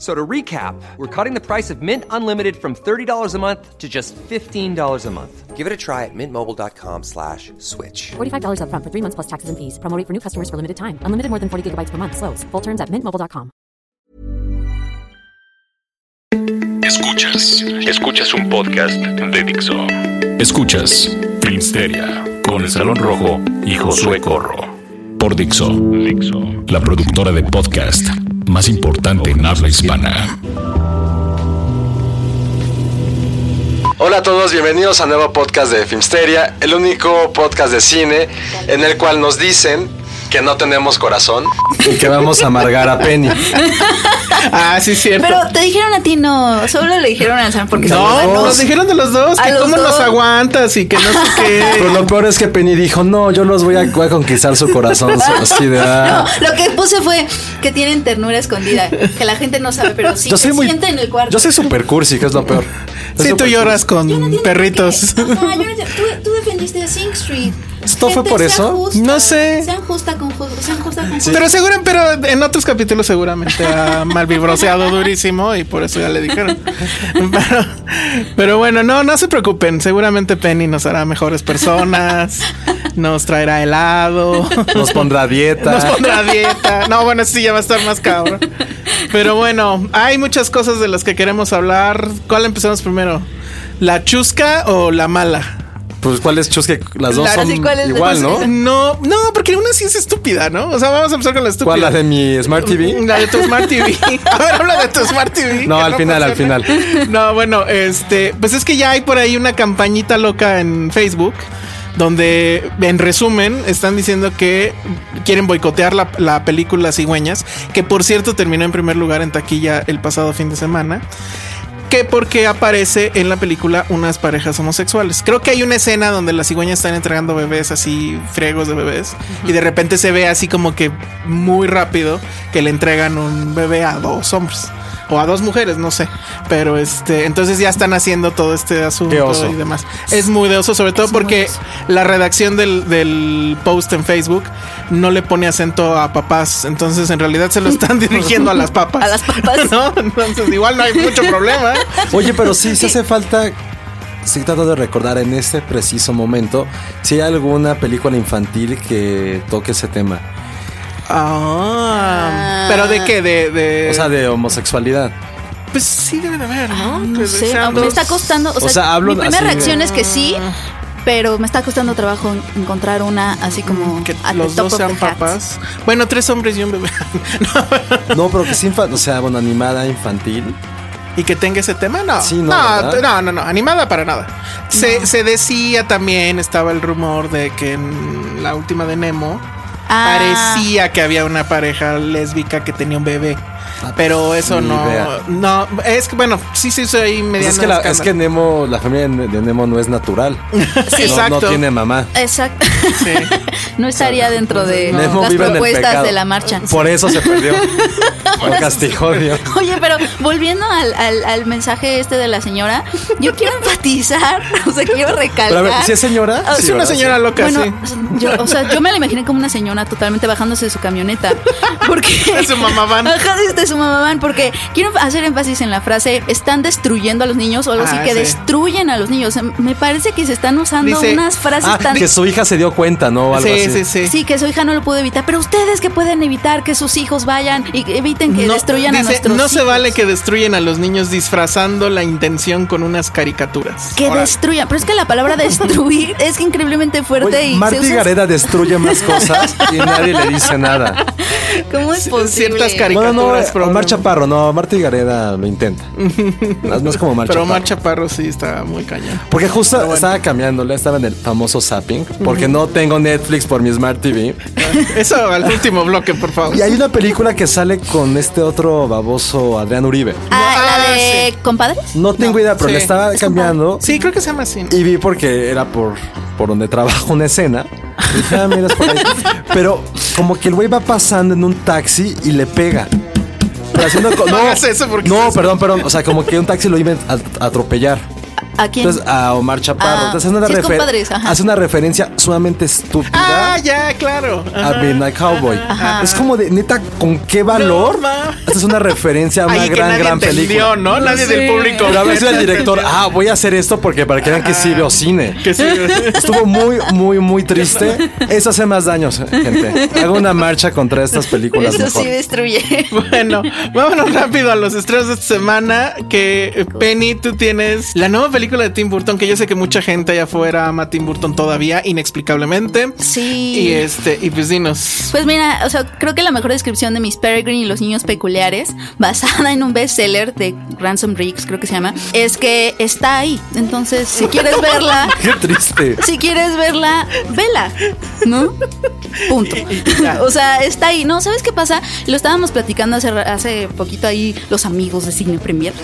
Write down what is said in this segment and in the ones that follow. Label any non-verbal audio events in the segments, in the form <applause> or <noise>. So to recap, we're cutting the price of Mint Unlimited from $30 a month to just $15 a month. Give it a try at mintmobile.com slash switch. $45 upfront for three months plus taxes and fees. Promote for new customers for limited time. Unlimited more than 40 gigabytes per month. Slows. Full terms at mintmobile.com. Escuchas, escuchas un podcast de Dixo. Escuchas Filmsteria con el Salón Rojo y Josué Corro. Por Dixo, Dixo, la productora de podcast más importante en habla hispana. Hola a todos, bienvenidos a nuevo podcast de Filmsteria, el único podcast de cine en el cual nos dicen que no tenemos corazón y que vamos a amargar a Penny. Ah, sí, es cierto. Pero te dijeron a ti no, solo le dijeron a Sam porque no, son nos buenos. dijeron de los dos A que los cómo nos dos. aguantas y que no sé Pero <laughs> qué. lo peor es que Penny dijo, no, yo los voy a, voy a conquistar su corazón. Así de, No, ah. lo que puse fue que tienen ternura escondida, que la gente no sabe, pero sí yo que soy muy... siente en el cuarto. Yo soy super cursi, que es lo peor. Sí, tú lloras con No entiendo perritos. por qué. Ajá, yo <laughs> no entiendo. tú, tú defendiste a Sing Street. ¿Esto fue Gente, por sea eso? justa. No sé. Sean justa con ju- sean justa con justa. <laughs> Pero seguro, pero en otros capítulos seguramente ha malvibroseado durísimo y por eso ya le <laughs> dijeron. Pero, pero bueno, no, no se preocupen. Seguramente Penny nos hará mejores personas, nos traerá helado. Nos pondrá a dieta. Nos <laughs> pondrá a dieta. No, bueno, sí, ya va a estar más cabrón. Pero bueno, hay muchas cosas de las que queremos hablar. ¿Cuál empezamos primero? ¿La chusca o la mala? Pues cuál es chusque, las dos La- son sí, ¿cuál es la igual, ¿no? chusca? No, no, porque una sí es estúpida, ¿no? O sea, vamos a empezar con la estúpida. ¿Cuál la de mi Smart TV? <laughs> La de tu Smart TV. <laughs> A ver, habla de tu Smart TV. No, que al final, al funciona. No, bueno, este, pues es que ya hay por ahí una campañita loca en Facebook donde, en resumen, están diciendo que quieren boicotear la, la película Cigüeñas, que por cierto terminó en primer lugar en taquilla el pasado fin de semana. Que porque aparece en la película unas parejas homosexuales. Creo que hay una escena donde las cigüeñas están entregando bebés así, fregos de bebés, y de repente se ve así como que muy rápido que le entregan un bebé a dos hombres o a dos mujeres, no sé. Pero este, entonces ya están haciendo todo este asunto Qué oso. y demás. Es muy de oso, sobre todo porque la redacción del, del post en Facebook no le pone acento a papás. Entonces en realidad se lo están <laughs> dirigiendo a las papas. A <laughs> las <laughs> papas. ¿No? Entonces igual no hay mucho problema. ¿eh? Oye, pero sí, se hace falta. Estoy tratando de recordar en este preciso momento si hay alguna película infantil que toque ese tema. Ah, pero de qué, de, de- O sea, de homosexualidad. pues sí debe de haber. Ah, Que no sé, sean me dos. Ah. está costando, o sea, sea, hablo mi primera así de- reacción es que sí, pero me está costando trabajo encontrar una así como que at the los top dos of sean the hat. papás. Bueno, tres hombres y un bebé. <laughs> No, No, pero que sí, infa- o sea, bueno, animada, infantil. y que tenga ese tema, no. Sí, no, no, ¿verdad? t- no, no, no, animada para nada. Se, se decía también, estaba el rumor de que en la última de Nemo Ah. parecía que había una pareja lésbica que tenía un bebé. Ah, Pero eso ni no, idea. no, es que bueno, sí se hizo ahí Pues medio. es, que la, es que Nemo, la familia de de Nemo no es natural. <laughs> Sí. No- No, Exacto. tiene mamá. Exacto. <laughs> Sí. No estaría dentro de Nemo las vive en el propuestas pecado. de la marcha. Por eso se perdió. Por castigodio. <laughs> Oye, pero volviendo al, al- al mensaje este de la señora, <laughs> yo quiero enfatizar, <laughs> o sea, quiero recalcar. Pero a ver, ¿sí es señora? Ah, Sí, Es una ¿verdad? señora loca, bueno, sí. yo, <laughs> o sea, yo me la imaginé como una señona totalmente bajándose de su camioneta. Porque Es su mamá van. Ajá, sí, te sumaban porque quiero hacer énfasis en la frase están destruyendo a los niños o algo así Ah, que sí. destruyen a los niños. Me parece que se están usando Dice, unas frases Ah, tan que su hija se dio cuenta, ¿no? Algo Sí, así. sí, sí. Sí, que su hija no lo pudo evitar, pero ustedes que pueden evitar que sus hijos vayan y que eviten que No, destruyan a dice, nuestros No se hijos. vale que destruyen a los niños disfrazando la intención con unas caricaturas. Que Ahora, destruyan, pero es que la <laughs> palabra destruir es increíblemente fuerte Oye, y se Marta usa- Gareda destruye más cosas y nadie le dice nada. ¿Cómo es posible? ciertas Bueno, caricaturas. no, eh, pero- Omar Chaparro, no, Marta Gareda lo intenta. No, no es como Omar Pero Chaparro. Omar Chaparro sí está <laughs> muy cañón. Porque justo estaba cambiándole, estaba en el famoso zapping, porque no tengo Netflix por mi Smart TV. Eso al último bloque, por favor. Y hay una película que sale con este otro baboso Adrián Uribe. Ah, Ah, la de compadres. No tengo idea, pero sí. le estaba cambiando Sí, creo que se llama así. ¿no? y vi porque era por, por donde trabajo una escena. Y dije, "Ah, mira, es por <laughs> ahí". Pero como que el güey va pasando en un taxi y le pega. Pero haciendo <laughs> co- No hagas eso porque no, estás- perdón, perdón. O sea, como que un taxi lo iba a a atropellar. ¿A quién? Entonces a Omar Chaparro. Ah, Entonces hace una, sí, es refer- compadres, ajá. hace una referencia sumamente estúpida. Ah, ya, claro. a Ajá. Midnight Cowboy. Es como de neta, ¿con qué valor? No, ma. Esta es una referencia a una Ahí que gran, nadie gran entendió, película. ¿no? Nadie del público. Pero a veces <laughs> el director, ah, voy a hacer esto porque para que vean que sí veo cine. Ah, Que sí. Estuvo muy, muy, muy triste. Eso hace más daño, gente. Hago una marcha contra estas películas Eso mejor. <laughs> sí destruye. Bueno, vámonos rápido a los estrenos de esta semana. Que eh, Penny, tú tienes la nueva película de Tim Burton, que yo sé que mucha gente allá afuera ama a Tim Burton todavía, inexplicablemente. Sí. Y este, y pues dinos. Pues mira, o sea, creo que la mejor descripción de Miss Peregrine y los niños peculiares, basada en un bestseller de Ransom Riggs, creo que se llama, es que está ahí. Entonces, si <laughs> quieres verla, Qué triste. si quieres verla, vela, ¿no? Punto. O sea, está ahí. No, ¿sabes qué pasa? Lo estábamos platicando hace, ra- hace poquito ahí los amigos de Cine Premier.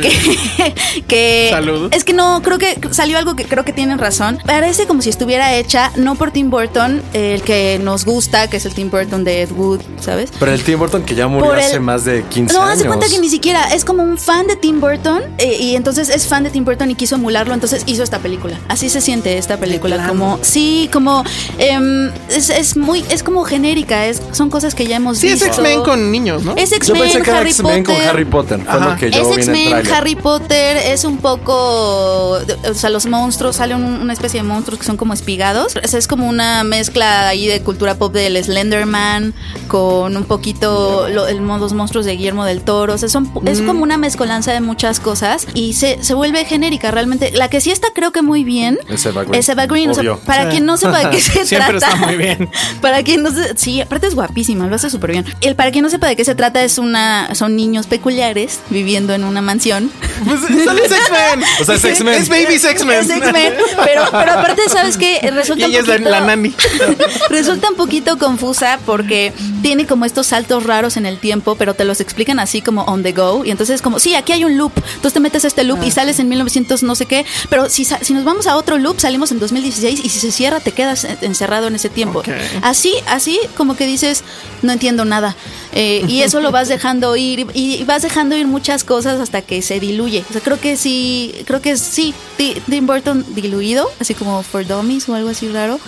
<laughs> Que, que- Salud. es que no, creo que salió algo que creo que tienen razón. Parece como si estuviera hecha no por Tim Burton, el que nos gusta, que es el Tim Burton de Ed Wood, ¿sabes? Pero el Tim Burton que ya murió Por el- hace más de 15 No, años. hace cuenta que ni siquiera es como un fan de Tim Burton eh, y entonces es fan de Tim Burton y quiso emularlo, entonces hizo esta película. Así se siente esta película, como sí, como em, es, es muy, es como genérica, es son cosas que ya hemos Sí, es visto. X-Men con niños, ¿no? es Yo pensé X-Men, que era Harry X-Men Potter. con Harry Potter. Fue Ajá. lo que yo es vi en el X-Men, tráiler. Harry Potter, es un poco, de- o sea, los monstruos, sale un- una especie de monstruos que son como espigados. O sea, es como una mezcla ahí de cultura pop del Slenderman con un poquito lo- el mo- los monstruos de Guillermo del Toro. O sea, son, Mm. es como una mezcolanza de muchas cosas y se, se vuelve genérica realmente. La que sí está creo que muy bien Es Eva Green. es Eva Green. O sea, Obvio. para quien no sepa <laughs> de qué se Siempre trata. está muy bien. <laughs> Para quien no se, sí, aparte es guapísima, lo hace súper bien. El para quien no sepa de qué se trata es una, son niños peculiares viviendo en una mansión. Pues son los X-Men. O sea, es X-Men. Es Baby X-Men. Es X-Men, pero, pero aparte sabes que Y resulta ella un es la, poquito- la nani. <laughs> resulta un poquito confusa porque tiene como estos saltos raros en el tiempo, pero te los explican así como on the go. Y entonces es como, sí, aquí hay un loop. Entonces te metes a este loop y sales en 1900 no sé qué. Pero si, sa- si nos vamos a otro loop, salimos en 2016 y si se cierra te quedas en- encerrado en ese tiempo. Ok. Así, así como que dices, no entiendo nada. Eh, y eso lo vas dejando ir y, y vas dejando ir muchas cosas hasta que se diluye. O sea, creo que sí, creo que sí, Ti- Tim Burton diluido, así como for dummies o algo así raro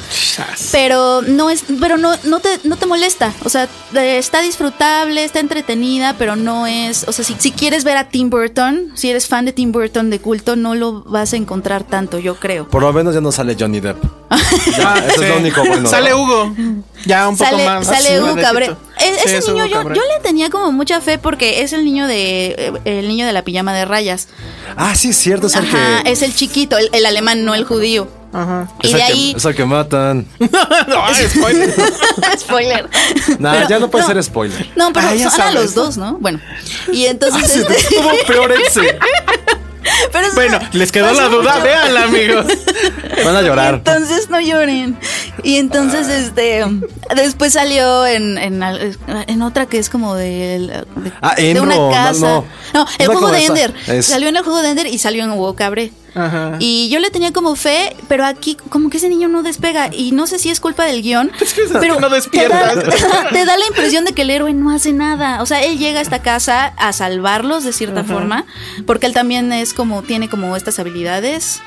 pero no es pero no no te no te molesta o sea eh, está disfrutable está entretenida pero no es o sea si, si quieres ver a Tim Burton si eres fan de Tim Burton de culto no lo vas a encontrar tanto yo creo Por lo menos ya no sale Johnny <laughs> Depp. Ya, eso Sí. es lo único bueno. Sale Hugo. Ya un poco sale, más. sale más Hugo grandecito. Cabré. E- Sí, es ese Hugo niño yo, Cabré. yo le tenía como mucha fe porque es el niño de eh, el niño de la pijama de rayas Ah, sí, es cierto, es el ajá que. es el chiquito el, el alemán no el judío Ajá. y es de el que- ahí es el que matan. No, ay, <laughs> spoiler. spoiler Nah, Pero- ya no puede no. ser spoiler. no pero Ah, ya son a sabes. Ah, los dos no bueno y entonces este- Ah, <laughs> Estuvo peor ese. pero es Bueno, una- les quedó pasa la duda. mucho. Véanla, amigos. Van a llorar. Entonces no lloren. Y entonces, este. Después salió en, en, al- en otra que es como de, de- Ah, de Enro, no, una casa. no. el Una juego de cosa, Ender. es- Salió en el juego de Ender y salió en Hugo Cabré. Ajá. Y yo le tenía como fe, pero aquí, como que ese niño no despega. Y no sé si es culpa del guión. que es pero que no te da, despiertas. te da- <laughs> te da la impresión de que el héroe no hace nada. O sea, él llega a esta casa a salvarlos de cierta forma. Porque él también es como, tiene como estas habilidades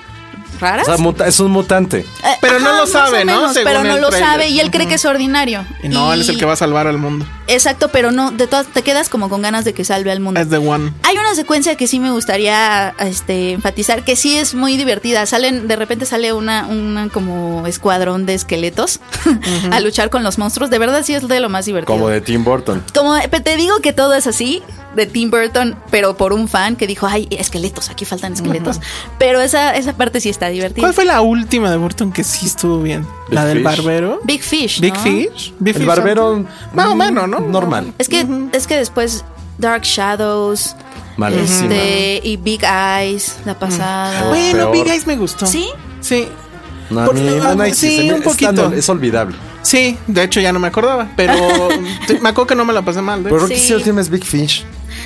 raras. O sea, muta- es un mutante. Eh, Pero no lo más sabe, o ¿no? Según pero no el lo trailer. sabe y él cree que es ordinario. Y no, él es el que va a salvar al mundo. Exacto, pero no, de todas te quedas como con ganas de que salve al mundo. Es The One. Hay una secuencia que sí me gustaría este, enfatizar, que sí es muy divertida. Salen, de repente sale una, una como escuadrón de esqueletos <laughs> a luchar con los monstruos. De verdad sí es de lo más divertido. Como de Tim Burton. Como te digo que todo es así de Tim Burton, pero por un fan que dijo, ay, esqueletos, aquí faltan esqueletos. Pero esa, esa parte sí está divertida. ¿Cuál fue la última de Burton que sí estuvo bien? Big ¿La del Fish. barbero? Big Fish. Big ¿no? Fish. Big El Fish barbero. mm, Something. Más o menos, ¿no? Normal. Es que, es que después Dark Shadows Malísima. este, y Big Eyes, la pasada. Peor. Bueno, Big Eyes me gustó. ¿Sí? Sí. No, a Por mí favor, no, no existe. sí, un Está poquito. no- es olvidable. Sí, de hecho ya no me acordaba, <laughs> pero te- me acuerdo que no me la pasé mal. de Pero creo hecho. que Sí. sí, el último es Big Fish.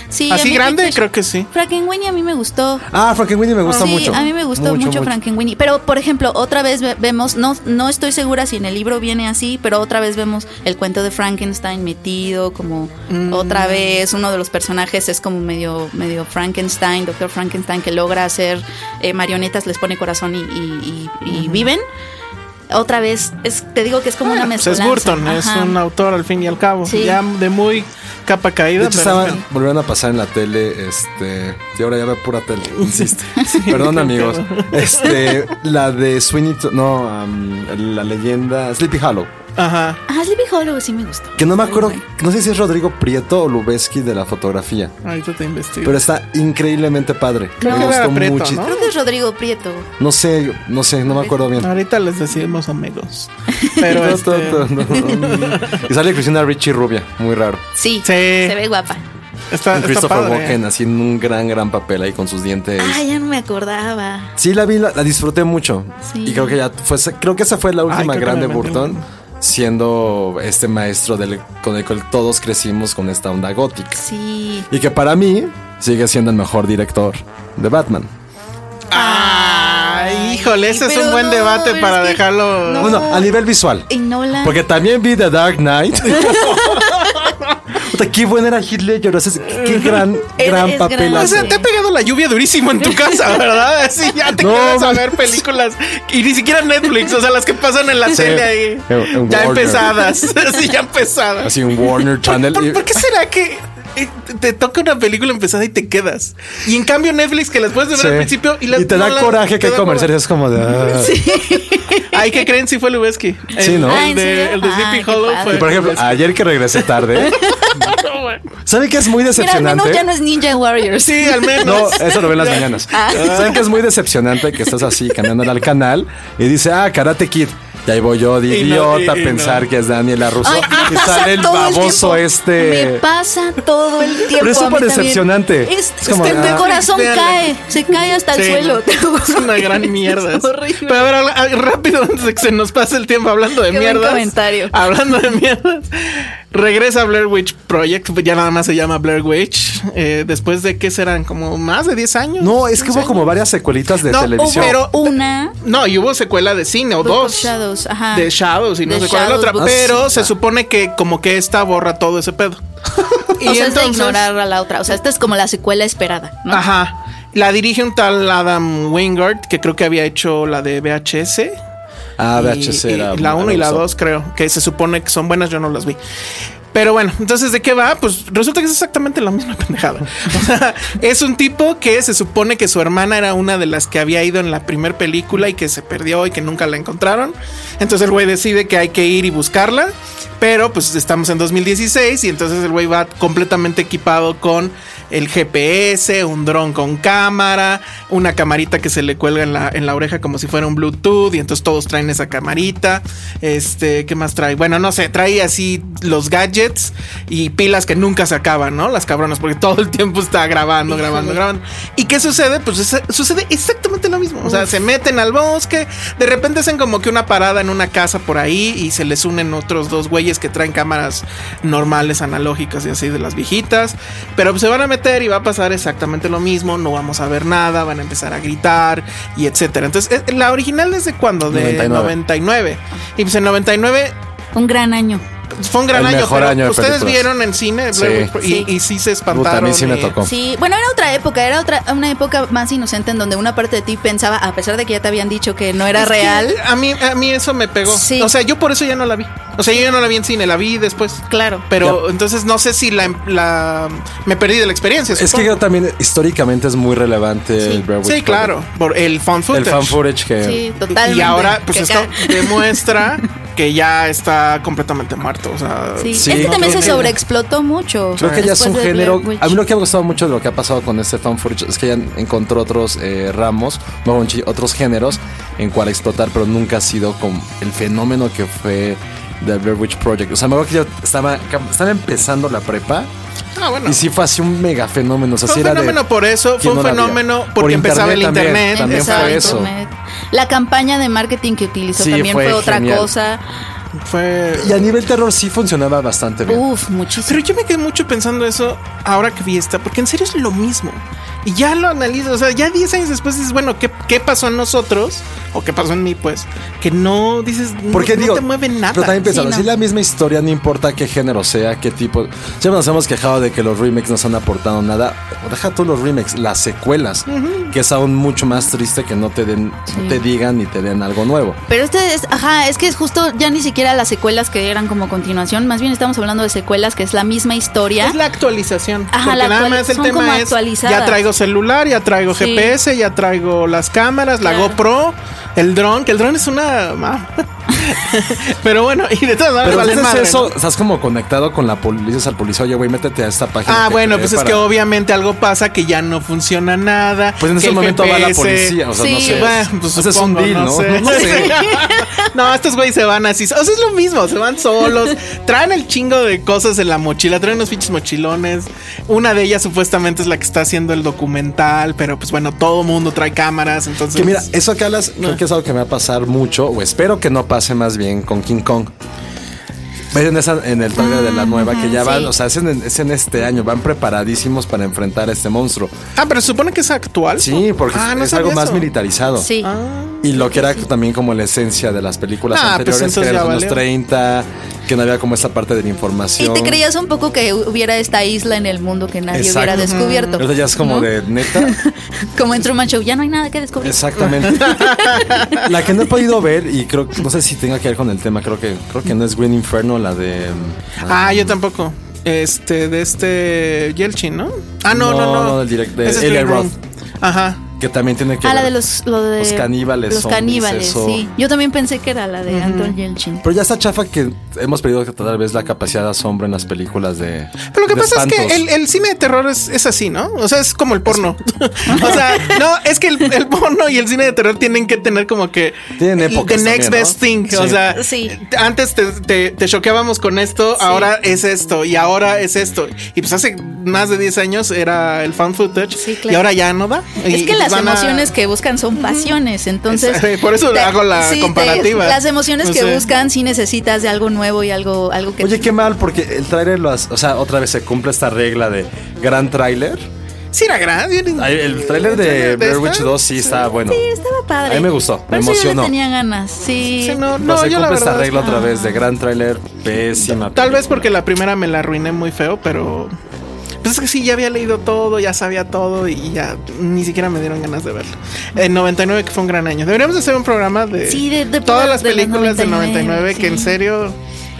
Sí, ¿Así a mí grande? Big Fish- Creo que sí. Frankenweenie a mí me gustó. Ah, Frankenweenie me gusta sí, mucho. a mí me gustó mucho, Frankenweenie. Pero, por ejemplo, otra vez ve- vemos, no, no estoy segura si en el libro viene así, pero otra vez vemos el cuento de Frankenstein metido, como Mm. otra vez uno de los personajes es como medio, medio Frankenstein, doctor Frankenstein, que logra hacer eh, marionetas, les pone corazón y, y- y- y viven. Otra vez, es, te digo que es como una Pues es mezcla. Burton, es un autor al fin y al cabo. Sí. Ya de muy capa caída. De hecho, pero- estaban, volvieron a pasar en la tele, este, y ahora ya ve pura <laughs> tele, insisto. Perdón, amigos. Este, la de Sweeney, To- no, um, la leyenda Sleepy Hollow. Ajá. Ah, Sleepy Hollow sí me gustó. Que no me Está bien acuerdo, bueno. no sé si es Rodrigo Prieto o Lubeski de la fotografía, Ahorita te investigo. pero está increíblemente padre. Creo me que era gustó Prieto, mucho. ¿no? Creo que es Rodrigo Prieto. No sé, no sé, no me acuerdo bien. Ahorita les decimos <laughs> amigos. Pero No, este, no, no, <laughs> no. Y sale Cristina Ricci rubia, muy raro. Sí, Sí. se ve guapa. Ah, está, Y está Christopher padre. Walken así en un gran, gran papel ahí con sus dientes. Ah, ya no me acordaba. Sí, la vi, la, la disfruté mucho. Sí. Y creo que ya fue, esa- creo que esa fue la última creo que grande me metí Burton, un- siendo este maestro del, con el cual todos crecimos con esta onda gótica. Sí. Y que para mí sigue siendo el mejor director de Batman. Ay, híjole, ese es pero un buen no, debate es para que- dejarlo. no. Bueno, a nivel visual. Y Nolan. Porque también vi The Dark Knight. <laughs> Puta, qué buen era Heath Ledger. o sea, es- qué gran, Es- gran es papel grande. O hace. sea, te ha pegado la lluvia <laughs> durísimo en tu casa, ¿verdad? Así ya te No, quedas a man. ver películas. Y ni siquiera Netflix, o sea, las que pasan en la tele ahí. En- en ya Warner. empezadas. <laughs> Así ya empezadas. Así un Warner Channel. ¿Por, y- por qué será que eh, te toca una película empezada y te quedas? Y en cambio Netflix que las puedes ver sí. al principio y, la- te no da la- coraje que te hay da comerciales como de. ah. coraje. Ay, ¿qué creen? si fue Lubeski. Sí, El- ¿no? Ah, El ¿en de, serio? el de Sleepy Ay, qué Hollow padre. fue Y por ejemplo, ah, Lubeski. ayer que regresé <laughs> tarde, ¿saben qué es muy Mira, al menos decepcionante? ya no es Ninja <laughs> Warriors. Sí, al menos. No, eso lo ven las mañanas. Ah. ¿Saben qué es muy decepcionante que estás así cambiándole al canal y dice, ah, Karate Kid? Y ahí voy yo de Y no, idiota y- y a pensar no. ah, que es Daniela Russo Ay, me <laughs> y pasa sale el todo baboso tiempo. Me este. pasa todo el tiempo. es a mí súper también. decepcionante. Es, Es como, es que ah. el corazón Véanla. cae. Se cae hasta el Sí, suelo. no. te <laughs> juro. Es una gran mierda. <laughs> Es horrible. Pero a ver, al- al- rápido, antes de que se nos pase el tiempo hablando de Qué buen mierdas. comentario. Hablando de mierdas. Regresa Blair Witch Project. Ya nada más se llama Blair Witch. eh, después de que serán como más de 10 años. No, es que hubo como varias secuelitas de No, televisión. hubo- Pero una. No, y hubo secuela de cine o Book of dos. Shadows, ajá. De Shadows y no De sé cuál es la Shadows, otra. Book of Pero Ah, Shadows. se supone que como que esta borra todo ese pedo. <laughs> o sea, es de ignorar a la otra. O sea, esta es como la secuela esperada. ¿no? Ajá. La dirige un tal Adam Wingard, que creo que había hecho la de VHS. Ah, Y- VHS y era. La 1 y la era 2, creo, que se supone que son buenas, yo no las vi. Pero bueno, entonces, ¿de qué va? Pues resulta que es exactamente la misma <laughs> pendejada. O sea, es un tipo que se supone que su hermana era una de las que había ido en la primera película y que se perdió y que nunca la encontraron. Entonces el güey decide que hay que ir y buscarla, pero pues estamos en 2016 y entonces el güey va completamente equipado con el GPS, un dron con cámara, una camarita que se le cuelga en la, en la oreja como si fuera un Bluetooth y entonces todos traen esa camarita. Este, ¿qué más trae? Bueno, no sé, trae así los gadgets y pilas que nunca se acaban, ¿no? Las cabronas, porque todo el tiempo está grabando, grabando, grabando. ¿Y qué sucede? Pues es- sucede exactamente lo mismo. O sea, se meten al bosque, de repente hacen como que una parada en una casa por ahí y se les unen otros dos güeyes que traen cámaras normales, analógicas y así de las viejitas. Pero pues se van a meter y va a pasar exactamente lo mismo, no vamos a ver nada, van a empezar a gritar y etcétera. Entonces, eh, la original es de cuándo? De 99. 99. Y pues en 99 Un gran año. fue un gran El año. mejor pero año de ustedes películas. vieron en cine Sí. Blair Witch- Sí. Y, y sí se espantaron. Puta, a mí sí me y- tocó. Sí, bueno, era otra época, era otra una época más inocente en donde una parte de ti pensaba, a pesar de que ya te habían dicho que no era Es que real. A mí, a mí eso me pegó. Sí. O sea, yo por eso ya no la vi. O sea, yo ya no la vi en cine, la vi después. Claro. Pero entonces no sé si la, la- me perdí de la experiencia. Es que supongo. creo también históricamente es muy relevante el Blair Witch sí, Project. claro, por el fan El footage. fan footage que Sí, totalmente. Eh, Y ahora, pues Que esto acá- <laughs> demuestra que ya está completamente muerto. O sea, Sí. Sí, es que no, también creo se que- sobreexplotó mucho. Creo que ya es después un de género. Blair Witch. A mí lo que me ha gustado mucho de lo que ha pasado con este fan footage es que ya encontró otros eh, ramos, bueno, chi- otros géneros en cual explotar, pero nunca ha sido como el fenómeno que fue The Blair Witch Project. O sea, me acuerdo que yo estaba, estaba empezando la prepa Ah, bueno. y sí fue así un mega fenómeno. O sea, Fue sí un era de- fenómeno por eso, fue ¿quién un no la vio? fenómeno porque Por empezaba el internet, También, Empezaba fue el eso. internet. La campaña de marketing que utilizó Sí, también fue fue, otra genial. cosa. fue. Y a nivel terror sí funcionaba bastante bien. Uf, Pero muchísimo. yo me quedé mucho pensando eso ahora que vi esta, porque en serio es lo mismo. Y ya lo analizo, o sea, ya 10 años después dices, bueno, ¿qué, qué pasó en nosotros? O qué pasó en mí, pues, que no dices, no- Porque no, digo, te mueve nada. Pero también pensaba, no. si es la misma historia, no importa qué género sea, qué tipo. Ya nos hemos quejado de que los remakes no se han aportado nada. Deja tú los remakes, las secuelas, que es aún mucho más triste que no te den, no te digan ni te den algo nuevo. Pero este es, ajá, es que es justo ya ni siquiera las secuelas que eran como continuación, más bien estamos hablando de secuelas que es la misma historia. Es la actualización. Ajá, porque la nada actuali- más el son como tema es, actualizadas. ya traigo celular, ya traigo Sí. GPS, ya traigo las cámaras, la Claro. GoPro, el dron, que el dron es una... ma- <laughs> pero bueno, y de todas maneras Pero vale antes de madre, ¿no? eso, estás como conectado con la policía, dices al policía, oye, güey, métete a esta página. Ah, que bueno, te pues dé es que para-". obviamente algo pasa que ya no funciona nada. Pues en que ese el momento va la GPS policía, o sea, no Sí. sé. Bueno, pues Haces supongo, un deal, no, ¿no? sé. No sé. <laughs> No, estos güeyes se van así. O sea, es lo mismo, se van solos. Traen el chingo de cosas en la mochila, traen unos pinches mochilones. Una de ellas supuestamente es la que está haciendo el documental, pero pues bueno, todo mundo trae cámaras, entonces... Que mira, eso que hablas, creo que es algo que me va a pasar mucho, o espero que no pase más bien con King Kong. Ven en, esa, en el trailer de la nueva, que Ah, ya van, sí. o sea, es en, es en este año, van preparadísimos para enfrentar a este monstruo. Ah, pero se supone que es actual. Sí, porque Ah, no es sabía algo más eso. militarizado. Sí. Y lo que era también como la esencia de las películas Ah, pues anteriores, que entonces eran ya los valió. 30, que no había como esta parte de la Y información. te creías un poco que hubiera esta isla en el mundo que nadie Exacto. hubiera descubierto. Ahorita ya es como ¿no? de neta. Como en Truman Show, ya no hay nada que <laughs> descubrir. Exactamente. la que no he podido ver y creo no sé si tenga que ver con el tema, creo que creo que no es Green Inferno la de Ah, yo tampoco. Este, de este Yelchin, ¿no? Ah, no, no, No, no. no, del direct- de Ese es Eli Green Roth. Room. Ajá. que también tiene que Ah, la ver- de los, lo de los caníbales Los zombies, caníbales, eso. sí. Yo también pensé que era la de Anton Yelchin. Pero ya está chafa que hemos perdido tal vez la capacidad de asombro en las películas de Pero lo que de pasa es que espantos. el, el cine de terror es, es así, ¿no? O sea, es como el porno. <laughs> o sea, no, es que el, el porno y el cine de terror tienen que tener como que. Tienen épocas The next también, ¿no? best thing. O Sí. sea, Sí. antes te, te, te choqueábamos con esto, ahora es esto, y ahora es esto. Y pues hace más de 10 años era el fan footage. Sí, claro. Y ahora ya no da. Es Y- que y las van a- emociones que buscan son pasiones, entonces... Exacto, por eso hago la comparativa. las emociones No que sé. buscan sí necesitas de algo nuevo y algo, algo que... Oye, qué mal porque el tráiler lo hace- o sea, otra vez se cumple esta regla de gran tráiler. Sí, era grande. Ay, El tráiler de tráiler de Blair esta? Witch 2 sí, está bueno. Sí, estaba padre. A mí me gustó, me Por eso yo le emocionó. tenía ganas, sí. Sí, no, No, no, se yo la cumple esta verdad. regla otra vez de gran tráiler, pésima. Tal vez película. porque la primera me la arruiné muy feo, pero. Pues es que sí, ya había leído todo, ya sabía todo y ya ni siquiera me dieron ganas de verlo. En 99, que fue un gran año. Deberíamos hacer un programa de, Sí, de- de todas las de las películas del 99, sí. que en serio,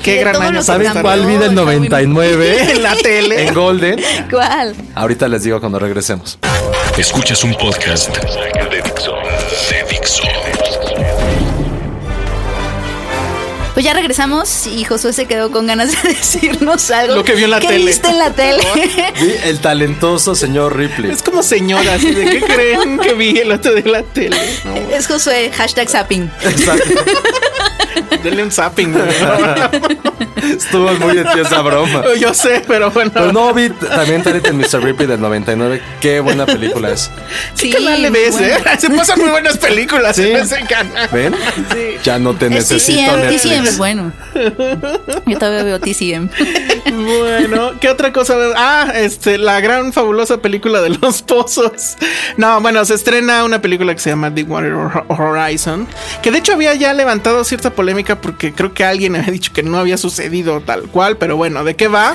qué de gran todo año. lo que ¿Saben cambió. cuál vi del Está muy- 99? <laughs> En la tele. en Golden. ¿Cuál? Ahorita les digo cuando regresemos. Escuchas un podcast de Dixo. De Dixo. Pues ya regresamos y Josué se quedó con ganas de <laughs> decirnos algo. Lo que vio en la tele. ¿Qué viste <laughs> en la tele? Vi el talentoso señor Ripley. Es como señora, así de qué creen que vi el otro de la tele. <laughs> es Josué, hashtag zapping. Exacto. Denle un zapping. güey. <laughs> Estuvo muy de ti esa broma. Yo sé, pero bueno. Pero no vi también Talented Mr. Ripley del 99. Qué buena película es. Sí, ¿Qué canal le muy ves, bueno. eh? <laughs> Se pasan muy buenas películas Sí. en ese canal. ¿Ven? Ya no te Es necesito. TCM, Netflix. TCM es bueno. <laughs> Yo todavía veo TCM. Bueno, ¿qué otra cosa? Ah, este, la gran fabulosa película de los pozos. No, bueno, se estrena una película que se llama Deep Water Horizon, que de hecho había ya levantado cierta polémica histórica porque creo que alguien había dicho que no había sucedido tal cual, pero bueno, ¿de qué va?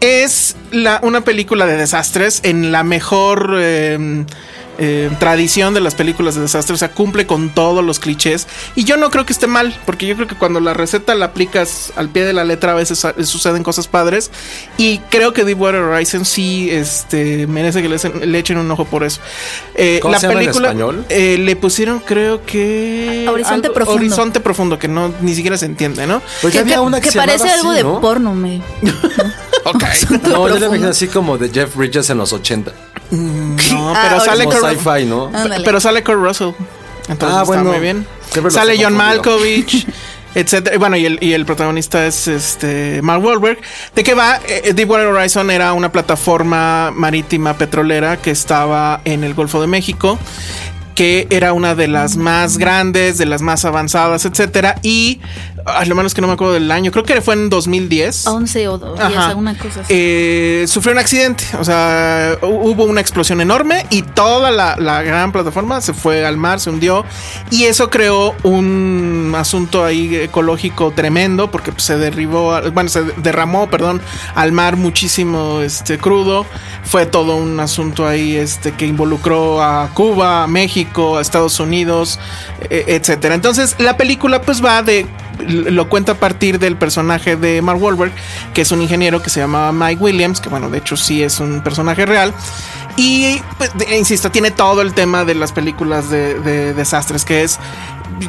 es la, una película de desastres en la mejor... eh, eh, tradición de las películas de desastre, o sea, cumple con todos los clichés. Y yo no creo que esté mal, porque yo creo que cuando la receta la aplicas al pie de la letra, a veces eh, suceden cosas padres. Y creo que Deepwater Horizon sí este, merece que le, echen- le echen un ojo por eso. Eh, ¿Cómo la se llama en película español? eh, le pusieron, creo que. Horizonte Profundo. Horizonte profundo, que no ni siquiera se entiende, ¿no? Pues ya que, había una que se parece llamaba algo así, de ¿no? porno, me. Ok. No, yo la Profundo. imagino así como de Jeff Bridges en los 80. No, Ah, pero sale Como Kurt- sci-fi, ¿no? Ándale. Pero sale Kurt Russell. Entonces Ah, está bueno, muy bien. siempre los Sale he John confundido. <laughs> Malkovich, etcétera. Y Bueno, y el, y el protagonista es este Mark Wahlberg. ¿De qué va? Eh, Deepwater Horizon era una plataforma marítima petrolera que estaba en el Golfo de México que era una de las más grandes, de las más avanzadas, etcétera, y a lo menos que no me acuerdo del año, creo que fue en 2010. 11 o 10, Ajá. alguna cosa así. Eh, sufrió un accidente, o sea, hu- hubo una explosión enorme y toda la, la gran plataforma se fue al mar, se hundió y eso creó un asunto ahí ecológico tremendo porque pues, se derribó, a- bueno, se derramó, perdón, al mar muchísimo este crudo. Fue todo un asunto ahí este que involucró a Cuba, a México, a Estados Unidos, e- etcétera. Entonces, la película pues va de lo cuenta a partir del personaje de Mark Wahlberg, que es un ingeniero que se llamaba Mike Williams, que bueno, de hecho sí es un personaje real. Y, pues, de- insisto, tiene todo el tema de las películas de, de desastres, que es,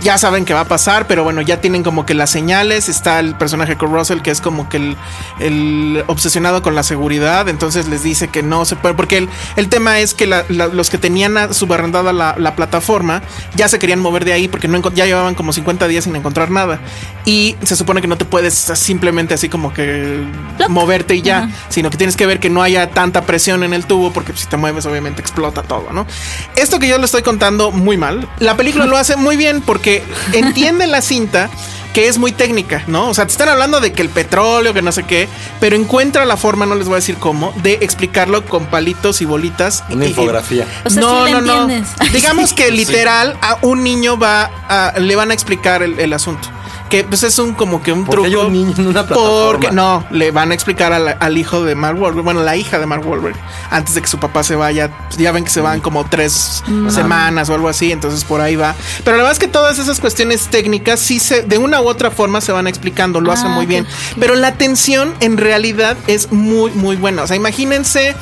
ya saben que va a pasar, pero bueno, ya tienen como que las señales, está el personaje con Russell, que es como que el, el obsesionado con la seguridad, entonces les dice que no se puede, porque el, el tema es que la- la- los que tenían a- subarrendada la, la plataforma ya se querían mover de ahí porque no encon- ya llevaban como 50 días sin encontrar nada. Y se supone que no te puedes simplemente así como que moverte y ya, sino que tienes que ver que no haya tanta presión en el tubo porque si te mueves obviamente explota todo, ¿no? Esto que yo lo estoy contando muy mal, la película lo hace muy bien porque entiende la cinta que es muy técnica, ¿no? O sea, te están hablando de que el petróleo, que no sé qué, pero encuentra la forma, no les voy a decir cómo, de explicarlo con palitos y bolitas. Una Y- y- infografía. O sea, sí la entiendes. <laughs> Digamos que literal a un niño va a- le van a explicar el, el asunto. Que pues es un como que un ¿Por qué truco. hay un niño en una Porque plataforma? no, le van a explicar al, al hijo de Mark Wahlberg, bueno, la hija de Mark Wahlberg, antes de que su papá se vaya. Ya ven que se Mm. van como tres semanas o algo así, entonces por ahí va. Pero la verdad es que todas esas cuestiones técnicas sí se, de una u otra forma se van explicando, lo hace Ah, muy bien. ok. Pero la tensión en realidad es muy, muy buena. O sea, imagínense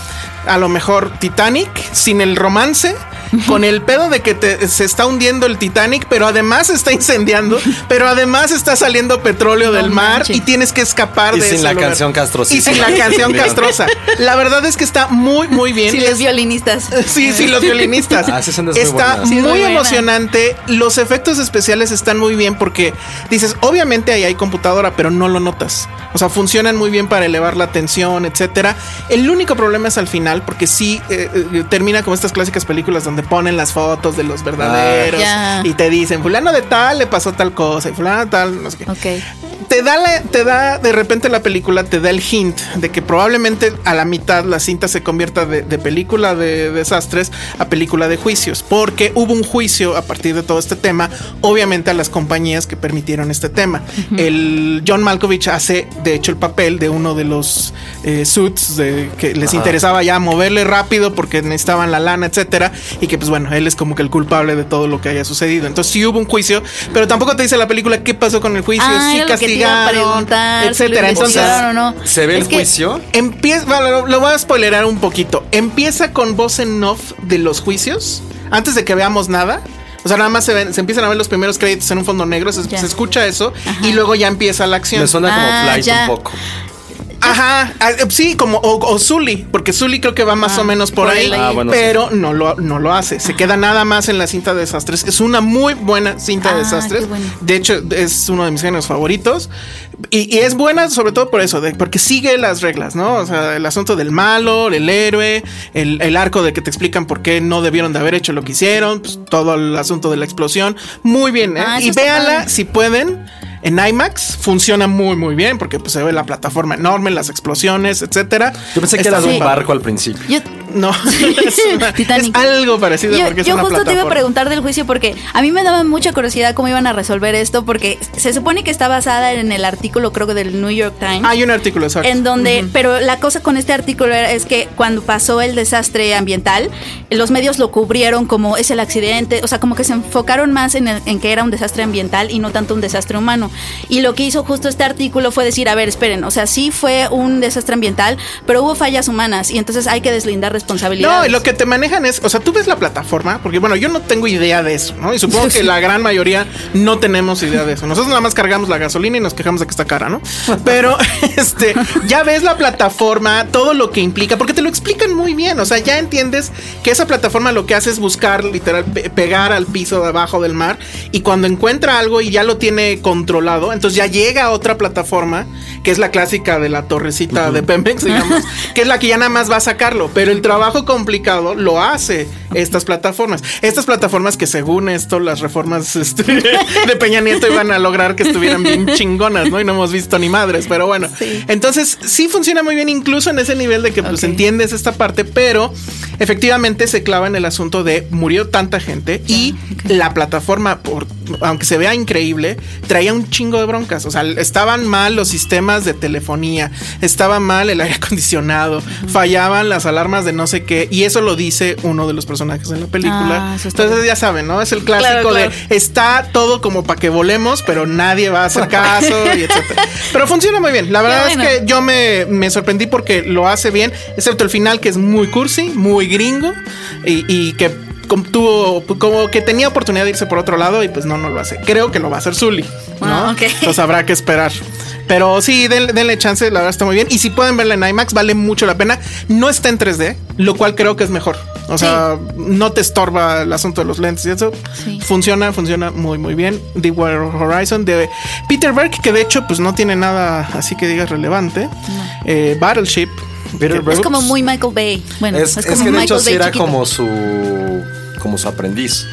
a lo mejor Titanic sin el romance. Con el pedo de que te- se está hundiendo el Titanic, pero además se está <laughs> incendiando, pero además está saliendo petróleo del mar manches. y tienes que escapar Y de sin ese la lugar. canción Y castrosísima. sin la <laughs> canción Mira. castrosa. La verdad es que está muy, muy bien. Si Es- los violinistas. <laughs> Sí, sí, los violinistas. Ah, sí, son muy Está buenas. muy, Sí, es muy buena. emocionante. Los efectos especiales están muy bien porque dices, obviamente ahí hay computadora, pero no lo notas. O sea, funcionan muy bien para elevar la tensión, etcétera. El único problema es al final, porque sí eh, eh, termina como estas clásicas películas donde ponen las fotos de los verdaderos Ah, ya. y te dicen, fulano de tal le pasó tal cosa y fulano de tal, no sé qué Ok. te da, la- te da de repente la película, te da el hint de que probablemente a la mitad la cinta se convierta de, de película de desastres a película de juicios, porque hubo un juicio a partir de todo este tema, obviamente a las compañías que permitieron este tema. El John Malkovich hace, de hecho, el papel de uno de los eh, suits de, que les interesaba ya moverle rápido porque necesitaban la lana, etcétera, y que pues bueno, él es como que el culpable de todo lo que haya sucedido. Entonces sí hubo un juicio, pero tampoco te dice la película qué pasó con el juicio juicio, Ah, sí era lo que te iba a castigaron, preguntar, si etcétera. lo Entonces, investigaron o no. ¿Se ve Es el que- juicio? empieza, bueno, lo, lo voy a spoilerar un poquito. Empieza con voz en off de los juicios, antes de que veamos nada. O sea, nada más se, ven- se empiezan a ver los primeros créditos en un fondo negro, se, Ya. se escucha eso y luego ya empieza la acción. Me suena como Ah, Flight ya. un poco. Ajá, ah, eh, sí, como o, o Zully, porque Zully creo que va más o menos por, por ahí, el ahí. Ah, bueno, pero no, lo, no lo hace, se queda nada más en la cinta de desastres. Es una muy buena cinta Ah, de desastres, qué bueno. de hecho es uno de mis géneros favoritos y, y es buena sobre todo por eso, de- porque sigue las reglas, ¿no? O sea, el asunto del malo, el héroe, el, el arco de que te explican por qué no debieron de haber hecho lo que hicieron, pues, todo el asunto de la explosión, muy bien, ¿eh? Ah, eso y está véanla padre. si pueden. En IMAX funciona muy muy bien porque pues, se ve la plataforma enorme, las explosiones, etcétera. Yo pensé que Está era de muy un padre. barco al principio. Yo, No, <laughs> <laughs> es, una- Titanic. es algo parecido Yo, porque es yo una justo te iba a plataforma. preguntar del juicio porque a mí me daba mucha curiosidad cómo iban a resolver esto porque se supone que está basada en el artículo creo que del New York Times. Hay un artículo, exacto. En donde, pero la cosa con este artículo era- es que cuando pasó el desastre ambiental, los medios lo cubrieron como es el accidente, o sea, como que se enfocaron más en, el- en que era un desastre ambiental y no tanto un desastre humano. Y lo que hizo justo este artículo fue decir, a ver, esperen, o sea, sí fue un desastre ambiental, pero hubo fallas humanas y entonces hay que deslindar responsabilidades. No, y lo que te manejan es, o sea, tú ves la plataforma, porque bueno, yo no tengo idea de eso, ¿no? Y supongo que la gran mayoría no tenemos idea de eso. Nosotros nada más cargamos la gasolina y nos quejamos de que está cara, ¿no? Pero <laughs> este, ya ves la plataforma, todo lo que implica, porque te lo explican muy bien, o sea, ya entiendes que esa plataforma lo que hace es buscar, literal, pe- pegar al piso de abajo del mar y cuando encuentra algo y ya lo tiene controlado, entonces ya llega a otra plataforma, que es la clásica de la torrecita de Pemex, digamos, que es la que ya nada más va a sacarlo, pero el trabajo complicado lo hace estas plataformas. Estas plataformas que según esto las reformas este, de Peña Nieto iban a lograr que estuvieran bien chingonas, ¿no? Y no hemos visto ni madres, pero bueno. Entonces sí funciona muy bien incluso en ese nivel de que pues Ok. entiendes esta parte, pero efectivamente se clava en el asunto de murió tanta gente y la plataforma, por, aunque se vea increíble, traía un chingo de broncas. O sea, estaban mal los sistemas de telefonía, estaba mal el <laughs> aire acondicionado, fallaban las alarmas de no sé qué, y eso lo dice uno de los personajes de la película. Ah, eso está Entonces ya saben, ¿no? Es el clásico Claro, claro. de está todo como para que volemos, pero nadie va a hacer caso, <laughs> y etcétera. Pero funciona muy bien. La verdad Qué es bueno. que yo me, me sorprendí porque lo hace bien, excepto el final que es muy cursi, muy gringo y, y que com- tuvo como que tenía oportunidad de irse por otro lado y pues no, no lo hace. Creo que lo va a hacer Zully. ¿no? Ah, ok. Entonces habrá que esperar. Pero sí, den- denle chance, la verdad está muy bien. Y si pueden verla en IMAX, vale mucho la pena. No está en 3D, lo cual creo que es mejor. O sea, no te estorba el asunto de los lentes y eso. Sí. Funciona, funciona muy, muy bien. The War Horizon de Peter Berg, que de hecho, pues no tiene nada así que digas relevante. Eh, Battleship. Peter que- Berg. es como muy Michael Bay. Bueno, es, Es, es como que de Michael hecho Bay sí era chiquito. como su, como su aprendiz.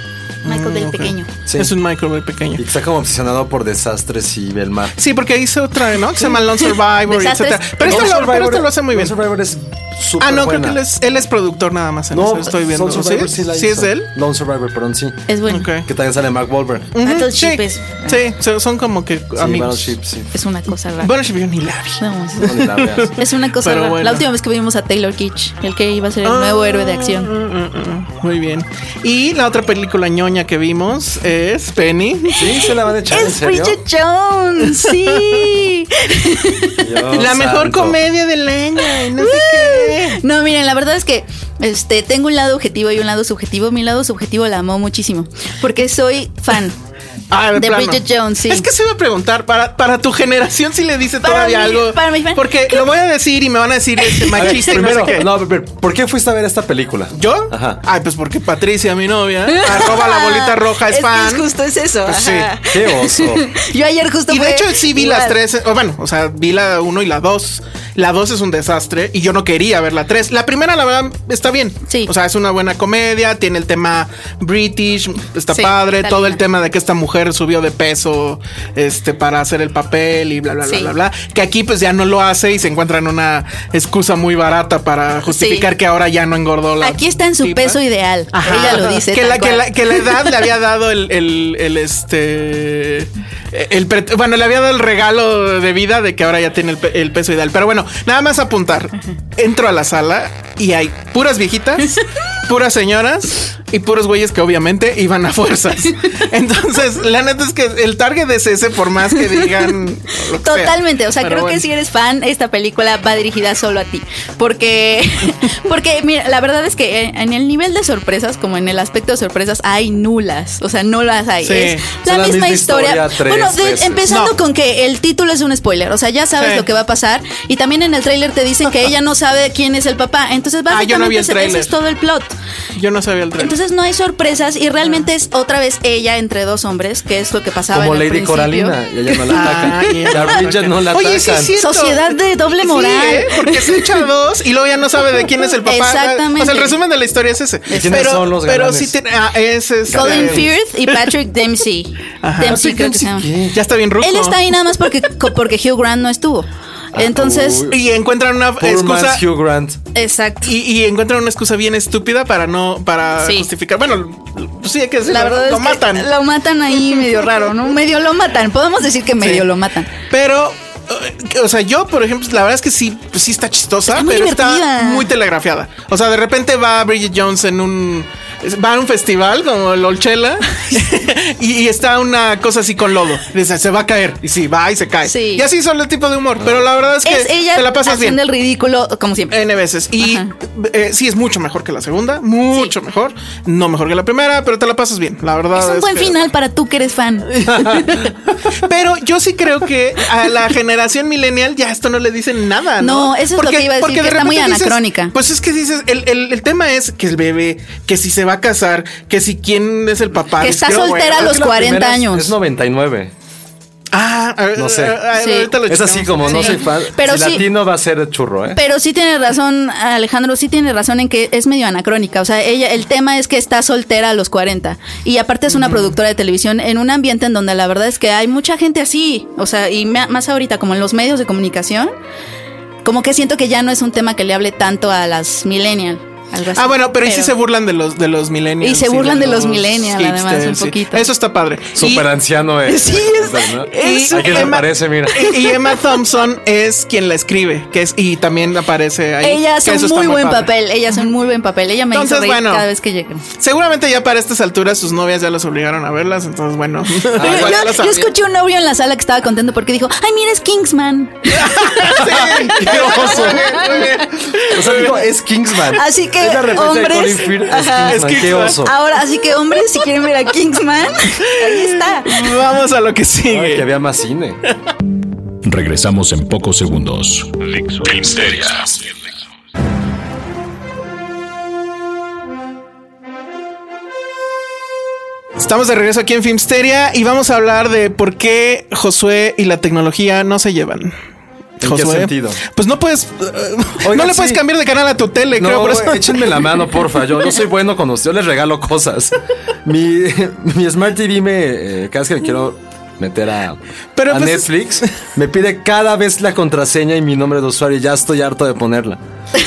Michael Mm, Bay pequeño. Sí. Es un micro muy pequeño. Y está como obsesionado por desastres y el mar. Sí, porque hizo otra, ¿no? Que se llama Lone Survivor, y Desastres. etcétera. Pero No, esto lo, pero Survivor- esto lo hace muy no, bien. Survivor es súper Ah, no, buena. creo que él es, él es productor nada más. En eso estoy viendo. Lone Survivor sí, la ¿Sí es hizo. de él? Lone Survivor, perdón, sí. Es bueno. Ok. Que también sale Mark Wahlberg. Ujú, Battleship sí. es- Sí, so- son como que Sí, amigos. Battleship, sí. Es una cosa rara. Battleship yo ni la vi. No, es- No, ni la <laughs> veas. Es una cosa Pero rara. bueno. Ah. La última vez que vimos a Taylor Kitsch, el que iba a ser el nuevo héroe de acción. Mm, Muy bien. Y la otra película ñoña que vimos es Penny. Sí, se la van a echar, ¿en ¡Es serio? Bridget Jones! <laughs> ¡Sí! Dios la mejor Oh, santo. comedia del año. y No sé qué. No, miren, la verdad es que este, tengo un lado objetivo y un lado subjetivo. Mi lado subjetivo la amo muchísimo porque soy fan. Ah, Uh, De plano. Bridget Jones, sí. Es que se iba a preguntar, para, para tu generación si le dice Para todavía mí- algo. para mi fan. porque lo voy a decir y me van a decir este <laughs> A ver, machista y no sé primero, qué. no, a ver, ¿por qué fuiste a ver esta película? ¿Yo? Ajá. Ay, pues porque Patricia, mi novia, arroba <laughs> la bolita roja, es, que fan. es justo es eso. Pues sí. ajá. Qué oso. <laughs> Yo ayer justo Y de fue hecho sí vi las igual. tres, eh, o bueno, o sea, vi la uno y la dos. La dos es un desastre y yo no quería ver la tres. La primera, la verdad, está bien. Sí. O sea, es una buena comedia, tiene el tema british, está Sí, padre, está todo el linda. tema de que esta mujer subió de peso este, para hacer el papel y bla, bla, bla, Sí. bla, bla. Que aquí pues ya no lo hace y se encuentran una excusa muy barata para justificar Sí. que ahora ya no engordó la Aquí está en su tipa. peso ideal. Ajá. Ella lo dice. Que tal la, que, cual. la, que la edad le había dado <laughs> el, el, el, este. El, pre- bueno, le había dado el regalo de vida de que ahora ya tiene el, pe- el peso ideal. Pero bueno, nada más apuntar. Entro a la sala y hay puras <laughs> viejitas, puras señoras y puros güeyes que obviamente iban a fuerzas. <laughs> Entonces, la neta es que el target es ese, por más que digan. lo que sea. Totalmente, o sea, Pero creo bueno. que si eres fan, esta película va dirigida solo a ti. Porque, <laughs> porque mira, la verdad es que en en el nivel de sorpresas, como en el aspecto de sorpresas, hay nulas. O sea, no las hay. Sí, es son la la misma, misma historia. historia tres bueno, de- veces. empezando No. con que el título es un spoiler. O sea, ya sabes Sí. lo que va a pasar. Y también en el tráiler te dicen que ella no sabe quién es el papá. Entonces, Ah, yo básicamente, no vi el ese- tráiler. ese es todo el plot. Yo no sabía el tren. Entonces, no hay sorpresas y realmente es otra vez ella entre dos hombres, que es lo que pasaba Como en el Lady principio. Coralina. Y ella no la ataca. Ah, yeah. La Bridget no la ataca. Oye, sí es cierto. Sociedad de doble moral. Sí, ¿eh? Porque se echa dos y luego ya no sabe de quién es el papá. Exactamente. O sea, el resumen de la historia es ese. quiénes son los pero galanes? sí tiene. Ah, es este- Colin Firth <laughs> y Patrick Dempsey. Dempsey creo que se llama. Ya está bien rudo. Él está ahí nada más porque, co- porque Hugh Grant no estuvo. Ah, Entonces, Uy. Y encuentran una Poor excusa. man's Hugh Grant. exacto. Y, y encuentran una excusa bien estúpida para no para Sí. justificar. Bueno, pues sí hay que decirlo, La verdad lo es que matan. lo <laughs> matan ahí medio raro, ¿no? Medio lo matan. Podemos decir que medio Sí. lo matan. Pero, eh, o sea, yo, por ejemplo, la verdad es que sí, pues sí está chistosa, Está muy pero divertida. está muy telegrafiada. O sea, de repente va Bridget Jones en un. Va a un festival como el <laughs> Olchela y, y está una cosa así con lodo. Dice, se va a caer. Y sí, va y se cae. Sí. Y así son el tipo de humor. Pero la verdad es que Es ella te la pasas bien. haciendo el ridículo, como siempre. N veces. Y Ajá. eh, sí, es mucho mejor que la segunda, mucho mejor. No mejor que la primera, pero te la pasas bien. La verdad es un buen que- final para tú que <laughs> eres fan. Pero yo sí creo que a la generación millennial ya esto no le dicen nada. No, No, eso es lo que iba a decir, porque que está muy repente dices, anacrónica. pues es que dices, el, el- el tema es que el bebé, que si se va a casar, que si quién es el papá. Que Dices, está pero soltera a bueno, los 40 Primera es- años. Es 99. Ah, ah, No sé. ah, ah, Sí. ahorita lo Es así checamos. como no Sí. soy fan. Pero si sí- latino va a ser churro, ¿eh? Pero sí tiene razón, Alejandro, sí tiene razón en que es medio anacrónica. O sea, ella, el tema es que está soltera a los 40. Y aparte es una productora de televisión en un ambiente en donde la verdad es que hay mucha gente así. O sea, y ma- más ahorita, como en los medios de comunicación, como que siento que ya no es un tema que le hable tanto a las millennial. algo así. Ah, bueno, pero, y sí Pero- se burlan de los de los millennials. Y se burlan de los millennials, además, un hipsters, sí. poquito. Eso está padre. Súper Y- <laughs> anciano es. Sí, es- ¿no? es- Aquí se Emma- parece, <laughs> mira. Y, y Emma Thompson es quien la escribe, que es y también aparece ahí. Ella hace que eso un está muy buen padre. papel, ella hace un muy buen papel. Ella me Entonces, hizo reír bueno. cada vez que llegue. Seguramente ya para estas alturas sus novias ya las obligaron a verlas, entonces Ah, bueno. <laughs> Yo- igual ya Ah, yo, las yo había- escuché un novio en la sala que estaba contento porque dijo, ay, mira, es Kingsman. <laughs> Sí. ¡Qué oso! O sea, digo, es Kingsman. Así que, Es la referencia hombres- de Colin Firth, es Ajá. Kingsman. Es ¡Qué Kingsman. Ah, oso! Ahora, así que hombres, si quieren ver a Kingsman, ahí está. Vamos a lo que Ay, que sigue. había más <laughs> cine. Regresamos en pocos segundos. Filmsteria. Estamos de regreso aquí en Filmsteria y vamos a hablar de por qué Josué y la tecnología no se llevan. qué sentido? Pues no puedes, <laughs> Oigan, no le puedes sí. cambiar de canal a tu tele, creo. No, eh, Por eso. échenme la mano, porfa. Yo no soy bueno con ustedes. Yo les regalo cosas. Mi, <laughs> mi Smart TV me... eh, cada vez que le quiero meter a, Pero a pues es- Netflix, <laughs> me pide cada vez la contraseña y mi nombre de usuario. y Ya estoy harto de ponerla.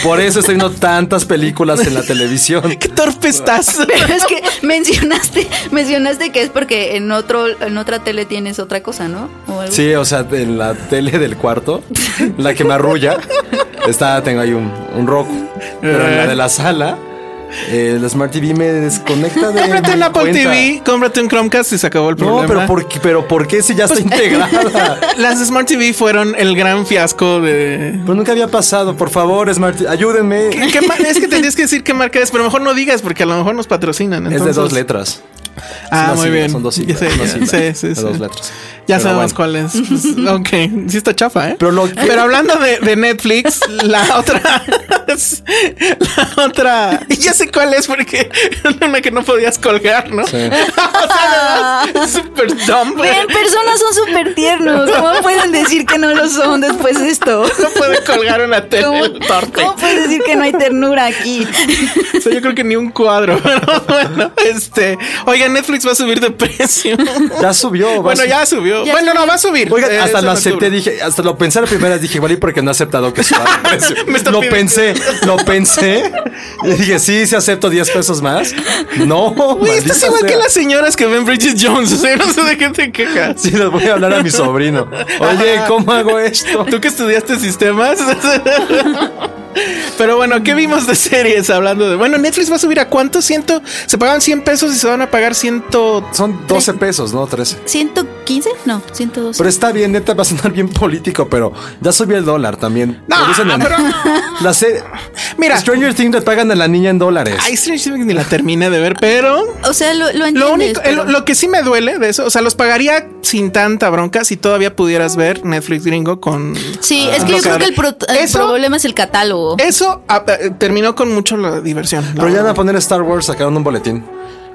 Por eso estoy viendo tantas películas en la <laughs> televisión. <laughs> Qué <laughs> torpe estás. Pero es que mencionaste, mencionaste que es porque en otro, en otra tele tienes otra cosa, ¿no? O algo. Sí, o sea, en la tele del cuarto, la que me arrulla, está, tengo ahí un, un roco. Pero en la de la sala, eh, la Smart TV me desconecta de. Cómprate mi un Apple cuenta. TV, cómprate un Chromecast y se acabó el No, problema. Pues pero ¿por, qué, pero ¿por qué si ya está integrada? Las Smart TV fueron el gran fiasco de. Pero nunca había pasado, por favor, Smart TV, ayúdenme. ¿Qué- qué ma- es que tendrías que decir qué marca es, pero mejor no digas porque a lo mejor nos patrocinan. Es de entonces- dos letras. Ah, Son muy siglas, bien. Son dos Ya siglas. sé, una ya- sigla, sí, sí, de sí. dos letras. Ya Pero sabemos bueno. cuál <laughs> es. Pues, ok, sí está chafa, ¿eh? Pero, Pero lo que- hablando de, de Netflix, la otra. la otra. y Ya sé cuál es porque <laughs> era una que no podías colgar, ¿no? <laughs> Sí. Es súper dumb. güey. Vean, personas son súper tiernos. ¿Cómo pueden decir que no lo son después de esto? No puede colgar una tele. ¿Cómo, el torpe. cómo puedes decir que no hay ternura aquí? O sea, yo creo que ni un cuadro. <laughs> Pero bueno, este. Oiga, Netflix va a subir de precio. Ya subió. va bueno, su- ya subió. Ya bueno, subió. no, va a subir. Oigan, Eh, hasta es lo en acepté, octubre. dije, hasta lo pensé la primera, vez, dije, vale, porque no he aceptado que <laughs> suba el precio. Me está lo pidiendo. pensé, lo pensé. Y dije, sí, sí acepto 10 pesos más. No, Güey, estás maldita igual que sea. las señoras que ven Bridget Jones. O sea, no sé de qué te quejas. Sí, les voy a hablar a mi <laughs> sobrino. Oye, ¿cómo hago esto? Tú que estudiaste sistemas. Pero bueno, ¿qué vimos de series hablando de? Bueno, Netflix va a subir a cuánto? Ciento. Se pagaban 100 pesos y se van a pagar 100. Son 12 pesos, ¿no? 13. ¿115? No, 112. Pero está bien, neta, va a sonar bien político, pero ya subió el dólar también. No, Producen en- pero- La serie- Mira. Stranger Things le pagan a la niña en dólares. Ay, Stranger Things ni la terminé de ver, pero. O sea, lo, lo entiendes. Lo único, eh, pero- lo, lo que sí me duele de eso, o sea, los pagaría sin tanta bronca si todavía pudieras ver Netflix gringo con. Sí, es que yo creo que el, pro- el Eso- problema es el catálogo. Eso ah, eh, terminó con mucho la diversión. la Pero ya van verdad. a poner Star Wars, sacaron un boletín.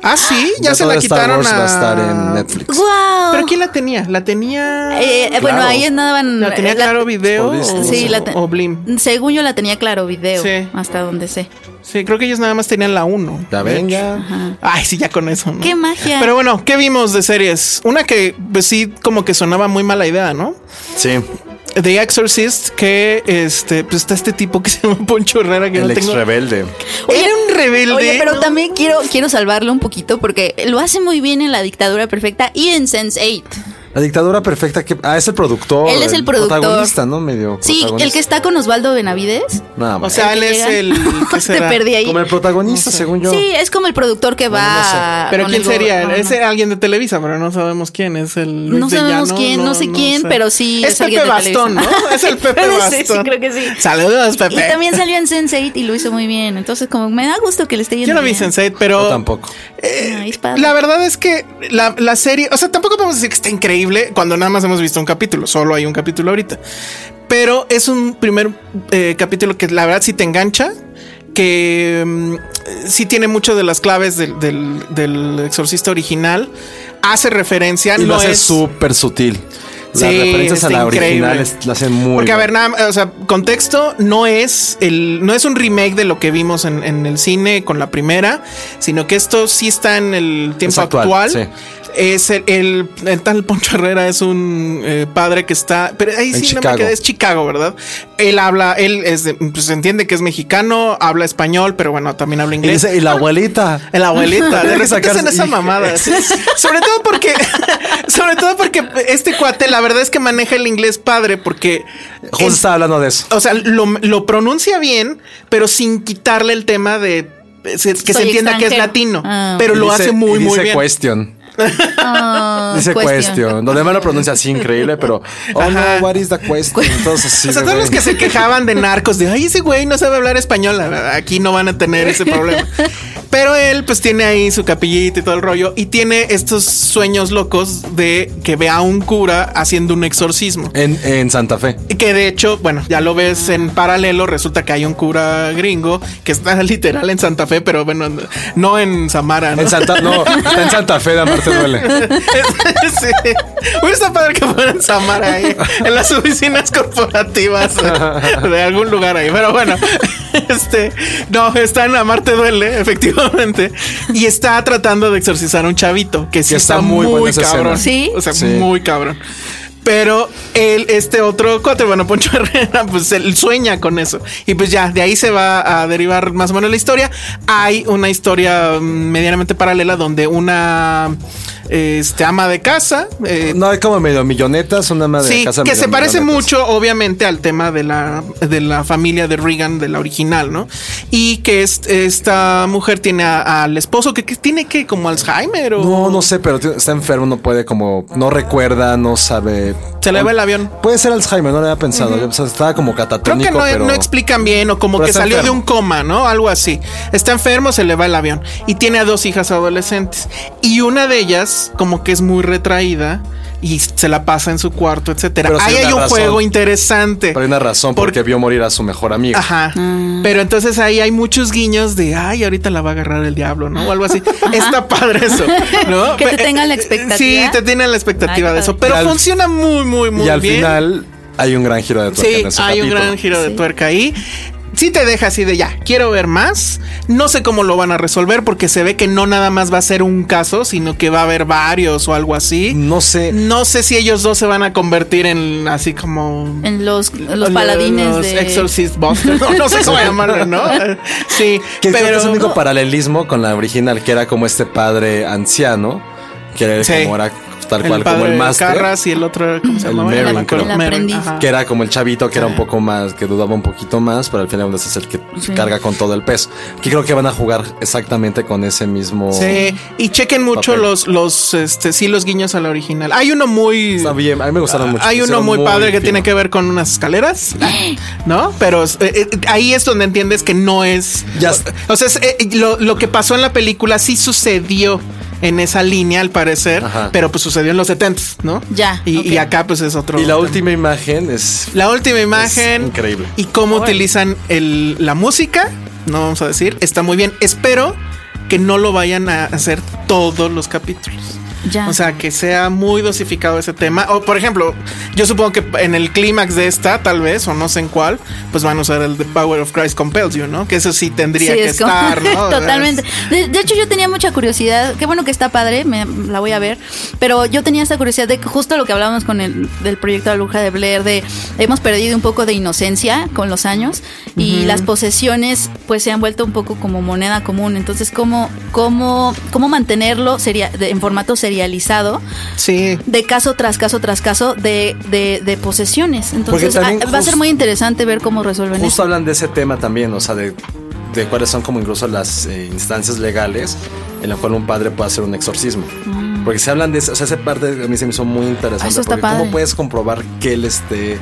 Ah, sí, ya, se todo la quitaron Star Wars va a estar a- en Netflix. ¡Guau! Pero quién la tenía? La tenía. Eh, eh, Bueno, Claro. ahí andaban. la tenía eh, Claro Video. Por Disney, o- Sí, la te- o Blim. Según yo la tenía claro video, Sí. hasta donde sé. Sí, creo que ellos nada más tenían la 1. Ya venga. Ay, sí, ya con eso. ¿no? ¡Qué magia! Pero bueno, ¿qué vimos de series? Una que pues, sí, como que sonaba muy mala idea, ¿no? Sí. The Exorcist, que este, pues está este tipo que <laughs> se llama Poncho Herrera, que El no ex tengo. rebelde. Era un rebelde. Oye, pero No. también quiero, quiero salvarlo un poquito porque lo hace muy bien en La Dictadura Perfecta y en Sense8. La dictadura perfecta que. Ah, es el productor. Él es el productor. Protagonista, ¿no? Medio. Sí, el que protagonista. está con Osvaldo Benavides. Nada O más. sea, él es Llega- el. ¿qué <laughs> Te será? perdí ahí. Como el protagonista, según yo. Sí, es como el productor que Bueno, no sé. va. Pero con ¿quién el go- sería? Ah, No, no. Es alguien de Televisa, pero no sabemos quién. Es el. Luis No de sabemos Llano, quién, no sé quién, pero sí Es, es alguien Pepe de Televisa. Bastón, ¿no? Es <laughs> el Pepe Sí, Bastón. sí, creo que sí. Saludos, Pepe. Y también salió en Sense8 y lo hizo muy bien. Entonces, como me da gusto que le esté yendo. Yo no vi bien. Sensei, pero. Yo tampoco. Ay, es padre. La verdad es que la, la serie, o sea, tampoco podemos decir que está increíble cuando nada más hemos visto un capítulo, solo hay un capítulo ahorita. Pero es un primer eh, capítulo que la verdad sí te engancha, que mm, sí tiene mucho de las claves del, del- del exorcista original, hace referencia, Y no lo hace es súper sutil. Las Sí, referencias a está la original increíble. es- la hacen muy. Porque, a bien. ver, nada, o sea, contexto no es el, no es un remake de lo que vimos en, en el cine con la primera, sino que esto sí está en el tiempo Es actual, actual. sí. Es el, el- el tal Poncho Herrera es un eh, padre que está. Pero ahí En sí no Chicago. me quedé, es Chicago, ¿verdad? Él habla, él es de- pues, se entiende que es mexicano, habla español, pero bueno, también habla Y, inglés. dice, y la abuelita. El abuelita, de Hay que repente sacar- hacen esa mamada. sí. Sobre todo porque, <laughs> sobre todo porque este cuate, la verdad es que maneja el inglés padre, porque Justo es- estaba hablando de eso. o sea, lo, lo pronuncia bien, pero sin quitarle el tema de eh, se- que se Soy entienda que es extranjero. latino. Ah. Pero Y lo dice- hace muy, y muy dice bien. Question. Ah, <laughs> Dice cuestión. question. Lo demás lo pronuncia así increíble, pero. Oh Ajá. no, what is the question? Entonces, sí, O sea, güey. todos los que se quejaban de narcos, de ay, ese güey no sabe hablar español, la verdad, aquí no van a tener ese problema. Pero él, pues, tiene ahí su capillita y todo el rollo, y tiene estos sueños locos de que vea a un cura haciendo un exorcismo. En, en Santa Fe. Y Que de hecho, bueno, ya lo ves en paralelo, resulta que hay un cura gringo que está <laughs> literal en Santa Fe, pero bueno, no en Samara, ¿no? En Santa, no, está en Santa Fe, de amarte duele. sí. Hubiera estado padre que fuera en Samara ahí, en las oficinas corporativas eh, de algún lugar ahí. Pero bueno, este no está en Amarte Duele, efectivamente, y está tratando de exorcizar a un chavito que sí Que está, está muy buena muy esa cabrón. escena. ¿Sí? o sea, Sí. muy cabrón. Pero él, este otro cuate, bueno, Poncho <laughs> Herrera, pues él sueña con eso. Y pues ya, de ahí se va a derivar más o menos la historia. Hay una historia mm, medianamente paralela donde una este, ama de casa. eh, No, es como medio millonetas, una madre de sí, casa. que medio se parece millonetas. mucho, obviamente, al tema de la, de la familia de Regan, de la original, ¿no? Y que es- esta mujer tiene a- al esposo que, que tiene que como Alzheimer o. No, no sé, pero tío, está enfermo, no puede como, no recuerda, no sabe. Se le va el avión. Puede ser Alzheimer, no le había pensado. Yo, o sea, estaba como Creo catatónico, que no, pero no explican bien o como pero que está salió de enfermo. un coma, ¿no? Algo así. Está enfermo, se le va el avión. Y tiene a dos hijas adolescentes. Y una de ellas como que es muy retraída y se la pasa en su cuarto, etcétera. Pero sí Ahí hay hay una un razón. juego interesante. pero hay una razón porque Por- vio morir a su mejor amigo. Ajá. Ah. Pero entonces ahí hay muchos guiños de, ay, ahorita la va a agarrar el diablo, ¿no? O algo así. Está padre eso, ¿no? <laughs> Que te Pe- eh, tengan la expectativa. Sí, te tienen la expectativa Ay, de eso. padre. Pero Y al- funciona muy, muy, muy y al bien. final hay un gran giro de tuerca. Sí, en ese hay un capítulo. gran giro de tuerca ahí. Sí te deja así de ya, quiero ver más. No sé cómo lo van a resolver porque se ve que no nada más va a ser un caso, sino que va a haber varios o algo así. No sé. No sé si ellos dos se van a convertir en así como... En los, los paladines Los de. Exorcist Buster. No, <laughs> no sé cómo llamarlo, ¿no? Sí, Que creo que pero... es el único paralelismo con la original, que era como este padre anciano, que era Sí. como era tal el cual como padre el de máster. Carras y el otro, ¿cómo se El llamaba? Merrin, No me acuerdo. creo. El Merrin, aprendiz. ajá. Que era como el chavito que era un poco más, que dudaba un poquito más, pero al final es el que carga con todo el peso. Que creo que van a jugar exactamente con ese mismo. Sí, y chequen mucho Papel. los, los, este, sí, los guiños a la original. Hay uno muy... Está bien, a mí me gustaron mucho. Ah, Hay uno Hicieron muy padre que fino. tiene que ver con unas <gasps> escaleras, ¿no? Pero eh, eh, ahí es donde entiendes que no es. Ya s- O sea, es, eh, lo, lo que pasó en la película sí sucedió en esa línea, al parecer, Ajá. pero pues sucedió en los 70, ¿no? Ya, Y, y ok. acá, pues es otro. Y la tema. última imagen es. La última imagen. increíble. Y cómo utilizan el- la música, no vamos a decir, está muy bien. Espero que no lo vayan a hacer todos los capítulos. Ya. O sea, que sea muy dosificado ese tema. O, por ejemplo, yo supongo que en el clímax de esta, tal vez, o no sé en cuál, pues van a usar el The Power of Christ Compels You, ¿no? Que eso sí tendría Sí, que es como- <laughs> estar, ¿no? O sea, Totalmente. es- De, de hecho, yo tenía mucha curiosidad. Qué bueno que está padre, me, la voy a ver. Pero yo tenía esta curiosidad de que justo lo que hablábamos con el del proyecto de la bruja de Blair, de hemos perdido un poco de inocencia con los años y las posesiones pues se han vuelto un poco como moneda común. Entonces, ¿cómo, cómo, cómo mantenerlo seria- de- en formato serializado? Sí. De caso tras caso tras caso de, de, de posesiones. Porque Entonces, también ah, va a ser jus- muy interesante ver cómo resuelven eso. Justo hablan de ese tema también, o sea, de, de cuáles son como incluso las eh, instancias legales en la cual un padre puede hacer un exorcismo. Porque se hablan de eso, o sea, esa parte a mí se me hizo muy interesante. Ah, Mm. eso está porque padre. ¿Cómo puedes comprobar que él esté,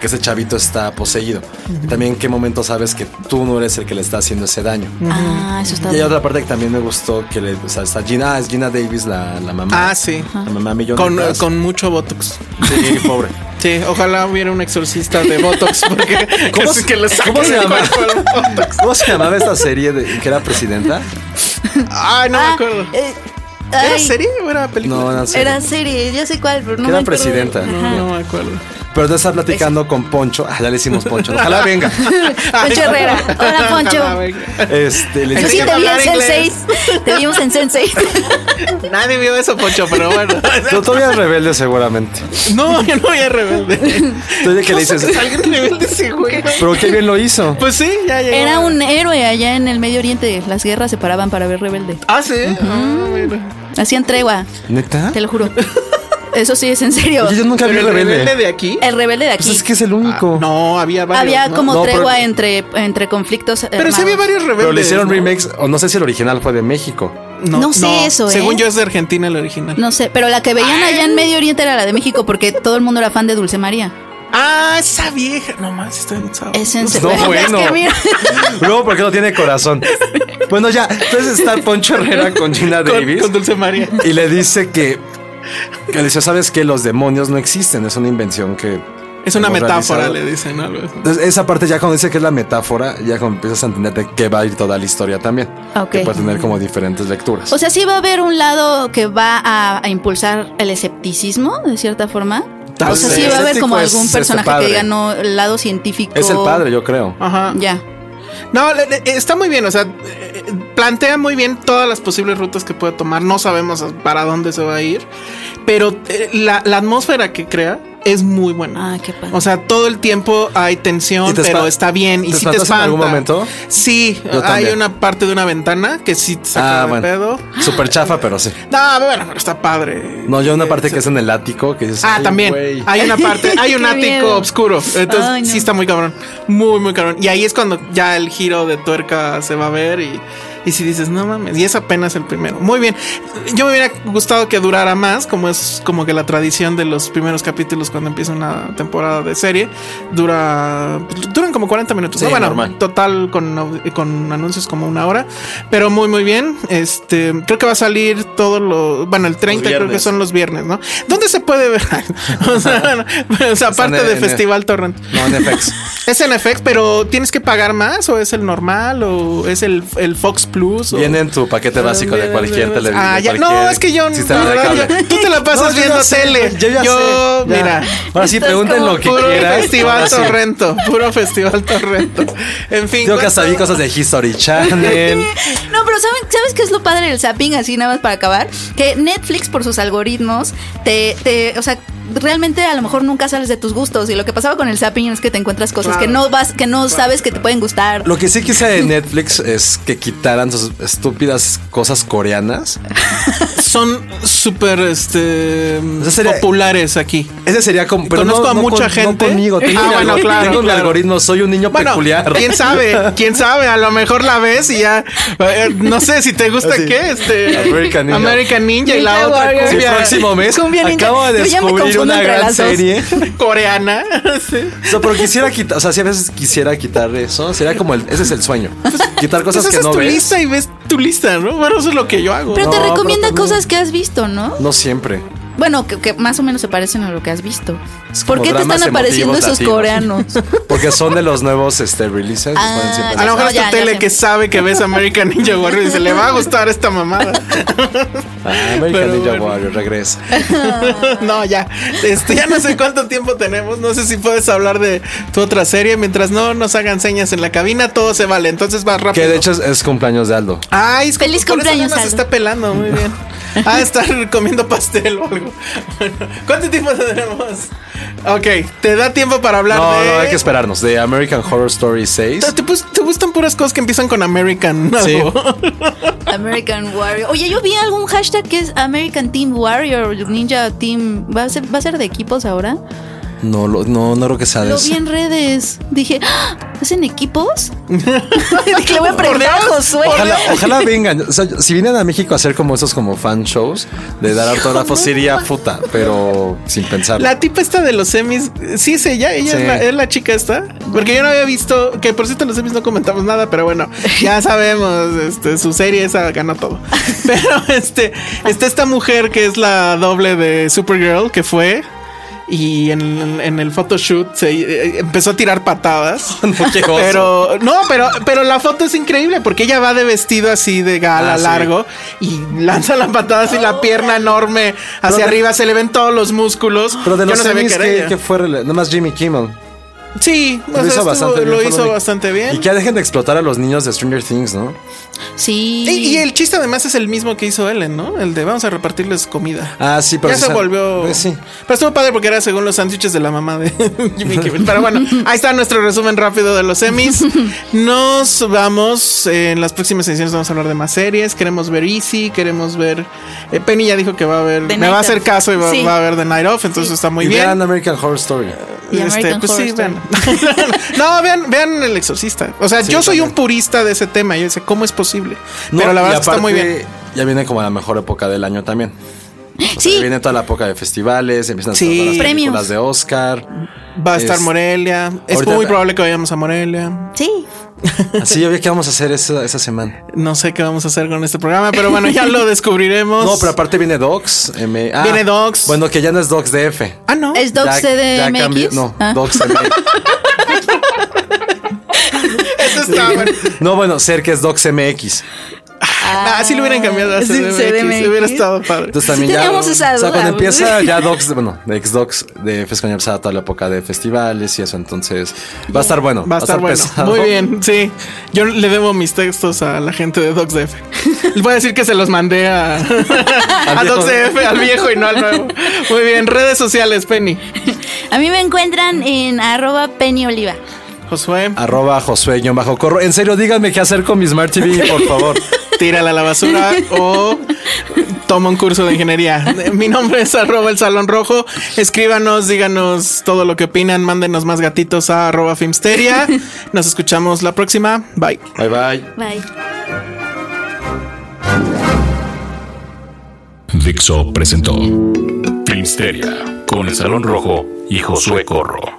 que ese chavito está poseído? Y También en qué momento sabes que tú no eres el que le está haciendo ese daño. Ah, eso está Y hay bueno. otra parte que también me gustó, que le, o sea, está Gina, ah, es Gina Davis, la, la mamá. Ah, sí. La mamá Con, eh, millonaria. con mucho Botox. Sí, pobre. Sí, ojalá hubiera un exorcista de Botox. <laughs> Porque ¿Cómo, es se- ¿cómo se llama? ¿Cómo se llamaba esta serie de, que era presidenta? Ay, no me Ah, acuerdo. eh, ¿Era ay, serie o era película? No, era serie. Era serie, ya sé cuál, pero no Era me acuerdo. presidenta. Ajá. No, no me acuerdo. Pero tú estás platicando con Poncho. Ah, ya le hicimos Poncho. Ojalá <laughs> venga. <laughs> Poncho Herrera. Hola, <laughs> Ojalá, Poncho. venga. Este, le Yo dice- sí que te vi en hablar Sensei. inglés. Te vimos en Sensei. <laughs> Nadie vio eso, Poncho, pero <laughs> bueno. Tú todavía es rebelde seguramente. No, <laughs> yo no voy a rebelde. Tú de que le Que dices, salga el nivel de ese güey. pero qué bien lo hizo. Pues sí, ya llegó. Era un héroe allá en el Medio Oriente. Las guerras se paraban para ver rebelde. Ah, sí. Ah, mira. Hacían tregua, ¿Neta? te lo juro. Eso sí es en serio. Oye, yo nunca vi Pero el rebelde. rebelde de aquí. El rebelde de aquí. Pues es que es el único. Ah, No, había varios. Eh, Había ¿no? como No, pero- tregua entre, entre conflictos. Pero sí había varios rebeldes. Pero le hicieron ¿no? remakes, o no sé si el original fue de México. No sé eso, ¿eh? Según yo es de Argentina el original. No sé, pero la que veían allá en Medio Oriente era la de México porque todo el mundo era fan de Dulce María. Ah, esa vieja. No más, está bien sabrosa. Es en No, serio. bueno. <laughs> Es que mira. Luego, porque no tiene corazón. Bueno, ya. Entonces está Poncho Herrera con Gina con, Davis. con Dulce María. y le dice que, que le dice, sabes que los demonios no existen, es una invención que <laughs> Es una hemos metáfora, realizado". le dicen algo así. Entonces, esa parte ya cuando dice que es la metáfora, ya como empiezas a entender de qué va a ir toda la historia también. Ok. Que puede tener como diferentes lecturas. O sea, sí va a haber un lado que va a, a impulsar el escepticismo, de cierta forma. Tal o sea, vez. sí va a haber Escéptico como es algún este personaje padre. que diga, no, el lado científico. es el padre, yo creo. Ajá. Ya. No, le- le- está muy bien, o sea, eh, plantea muy bien todas las posibles rutas que puede tomar, no sabemos para dónde se va a ir, pero eh, la, la atmósfera que crea es muy buena. Ah, qué padre. O sea, todo el tiempo hay tensión, ¿Y te pero espan- está bien. te y si te espantaste espanta. en algún momento? Sí, Yo hay también. una parte de una ventana que sí te saca Ah, de bueno. pedo. Súper chafa, pero sí. No, bueno, pero está padre. No, yo una parte que es en el ático que dices, Ah, "Ay, también. güey". Hay una <laughs> parte, hay un Qué ático miedo. oscuro. Entonces Ay, no. sí está muy cabrón. Muy, muy cabrón. Y ahí es cuando ya el giro de tuerca se va a ver y, y si dices, no mames, y es apenas el primero. Muy bien. Yo me hubiera gustado que durara más, como es como que la tradición de los primeros capítulos cuando empieza una temporada de serie. Dura, duran como 40 minutos. Sí, ¿no? Bueno, normal. total con, au- con anuncios como una hora, pero muy, muy bien. Este, creo que va a salir todo lo, bueno, el 30 creo que viernes. son los viernes, ¿no? ¿Dónde se puede ver? <laughs> o sea, o sea, aparte en- de en- Festival Torrent. No, en <laughs> FX. Es en FX, pero ¿tienes que pagar más? ¿O es el normal? ¿O es el, el Fox Plus? o- Viene en tu paquete básico de cualquier televisión. Ah, de ya. No, cualquier es que yo. sistema la de verdad, cable. yo- tú te la pasas No, yo viendo ya sé, tele. Yo, ya sé, ya. mira. Ahora sí, Estás pregunten como lo que Puro quieran. Festival Ahora sí. Torrento. Puro Festival Torrento. En fin. Digo que hasta vi ¿cuánto? cosas de History <laughs> Channel. <laughs> No, pero ¿saben, ¿sabes qué es lo padre del zapping? Así nada más para acabar. Que Netflix, por sus algoritmos, te, te- o sea, realmente a lo mejor nunca sales de tus gustos. Y lo que pasaba con el zapping es que te encuentras cosas Claro. que no vas, que no sabes que te pueden gustar. Lo que sí quise de Netflix es que quitaran sus estúpidas cosas coreanas. son súper este, sea, sería- populares aquí. Ese sería como. Pero Conozco no- a no mucha con- gente. No conmigo. Tengo, Ah, un, bueno, algo- claro, tengo un claro. algoritmo. Soy un niño Bueno, peculiar. quién sabe, quién sabe, a lo mejor la ves y ya eh, no sé si te gusta Así. qué, este American Ninja. American Ninja y Ninja la otra Warrior. Sí, <laughs> el cumbia próximo mes Cumbia ninja. acabo de Yo ya me descubrir confundo una entre gran las dos. serie. coreana. <laughs> sí. O sea, pero quisiera quitar, o sea, si a veces quisiera quitar eso, sería como el, ese es el sueño. Quitar cosas Entonces que no Pues es tu ves. lista y ves tu lista, ¿no? Bueno, eso es lo que yo hago. Pero te No, pero recomienda también- cosas que has visto, ¿no? No siempre. Bueno, que, que más o menos se parecen a lo que has visto. Es como ¿Por qué te dramas están apareciendo emotivos esos latinos. coreanos? <laughs> Porque son de los nuevos este, releases. Ah, ponen siempre A los- lo mejor No, es ya, tu ya tele sé. que sabe que ves American Ninja Warrior y se le va a gustar esta mamada. <laughs> Ah, American Pero Ninja bueno. Warrior regresa. no, ya. Este, ya no sé cuánto tiempo tenemos. No sé si puedes hablar de tu otra serie. Mientras no nos hagan señas en la cabina, todo se vale. Entonces vas rápido. Que de hecho es, es cumpleaños de Aldo. Ay, es Feliz por eso cumpleaños, no nos Aldo. está pelando, muy bien. Ah, estar comiendo pastel o algo. <laughs> Bueno, ¿Cuánto tiempo tenemos? Ok, te da tiempo para hablar No, de. no, hay que esperarnos. De American Horror Story 6. Te, te pus- te gustan puras cosas que empiezan con American. ¿no? <laughs> Sí. American Warrior. Oye, yo vi algún hashtag que es American Team Warrior, Ninja Team. ¿Va a ser, va a ser de equipos ahora? No, lo- no, no creo que sea de Lo eso. vi en redes. Dije, "Ah, ¿hacen equipos? Dije, le voy a preguntar a Dios, Josué. Ojalá, ojalá vengan. O sea, si vienen a México a hacer como esos como fan shows de dar autógrafos, sería puta, pero sin pensar. La tipa esta de los semis, sí es ella, ella Sí. es, la, es la chica esta, porque yo no había visto, que por cierto en los semis no comentamos nada, pero bueno, <laughs> ya sabemos, este, su serie esa ganó todo. <laughs> Pero este, está esta mujer que es la doble de Supergirl, que fue, y en, en el photoshoot se eh, empezó a tirar <laughs> patadas. Qué oso. Pero no, pero pero la foto es increíble porque ella va de vestido así de gala Ah, sí. largo y lanza la patada así la pierna enorme hacia Pero de- arriba se le ven todos los músculos. Pero de Yo los no sabía semis, que era que, ella. fue rele- nada más Jimmy Kimmel. sí, o sea, Lo hizo estuvo- bastante bien. lo fue hizo único. bastante bien. Y que dejen de explotar a los niños de Stranger Things, ¿no? Sí. Y, y el chiste además es el mismo que hizo Ellen, ¿no? El de vamos a repartirles comida. Ah, sí, pero ya sí se sa- volvió. Eh, sí. Pero estuvo padre porque era según los sándwiches de la mamá de <laughs> Jimmy Kimmel. Pero bueno, ahí está nuestro resumen rápido de los <laughs> semis. Nos vamos. eh, en las próximas ediciones vamos a hablar de más series. Queremos ver Easy, queremos ver. eh, Penny ya dijo que va a ver. The me Night va a hacer Off. caso y va, Sí. va a ver The Night Off. Entonces Sí. está muy y bien. Este, pues vean American Horror Story. Y American Horror Story. vean. <laughs> no, vean, vean El Exorcista. O sea, Sí, yo soy también. un purista de ese tema. Yo sé cómo es posible. No, Pero la y verdad es que está muy aparte, bien. Ya viene como la mejor época del año también. O sea, Sí. Viene toda la época de festivales, empiezan a Sí. sí. las Premios. películas de Oscar. Va a estar es- Morelia. Es Ahorita- muy probable que vayamos a Morelia. Sí. Así yo vi que vamos a hacer esa, esa semana. No sé qué vamos a hacer con este programa, pero bueno, ya lo descubriremos. No, pero aparte viene Docs. M- ah, Viene Docs. Bueno, que ya no es Docs DF. Ah, no. Es Doc Ya- ya cambió- CDMX. No, Ah. Docs MX. Eso está bueno. No, bueno, ser que es Docs MX. Ah, sí lo hubieran cambiado a Sí, CDMX. CDMX. Hubiera estado padre. Entonces también Sí ya. teníamos esa o sea, duda, cuando güey. empieza ya Docs, bueno, de ex Docs de Fesco ya empezaba toda la época de festivales y eso. Entonces va a estar bueno. Va a estar bueno. pesado. Muy bien, sí. Yo le debo mis textos a la gente de DocsDF. Les voy a decir que se los <laughs> mandé a, a viejo. DocsDF, al viejo y no al nuevo. Muy bien, redes sociales, Penny. A mí me encuentran en arroba Penny Oliva. Josué, Arroba Josué guión bajo corro. En serio, díganme qué hacer con mi Smart TV, por <laughs> favor. tírala a la basura o toma un curso de ingeniería. Mi nombre es arroba el salón rojo. Escríbanos, díganos todo lo que opinan, mándenos más gatitos a arroba filmsteria. Nos escuchamos la próxima. Bye. Bye bye. Bye. Dixo presentó Filmsteria con el Salón Rojo y Josué Corro.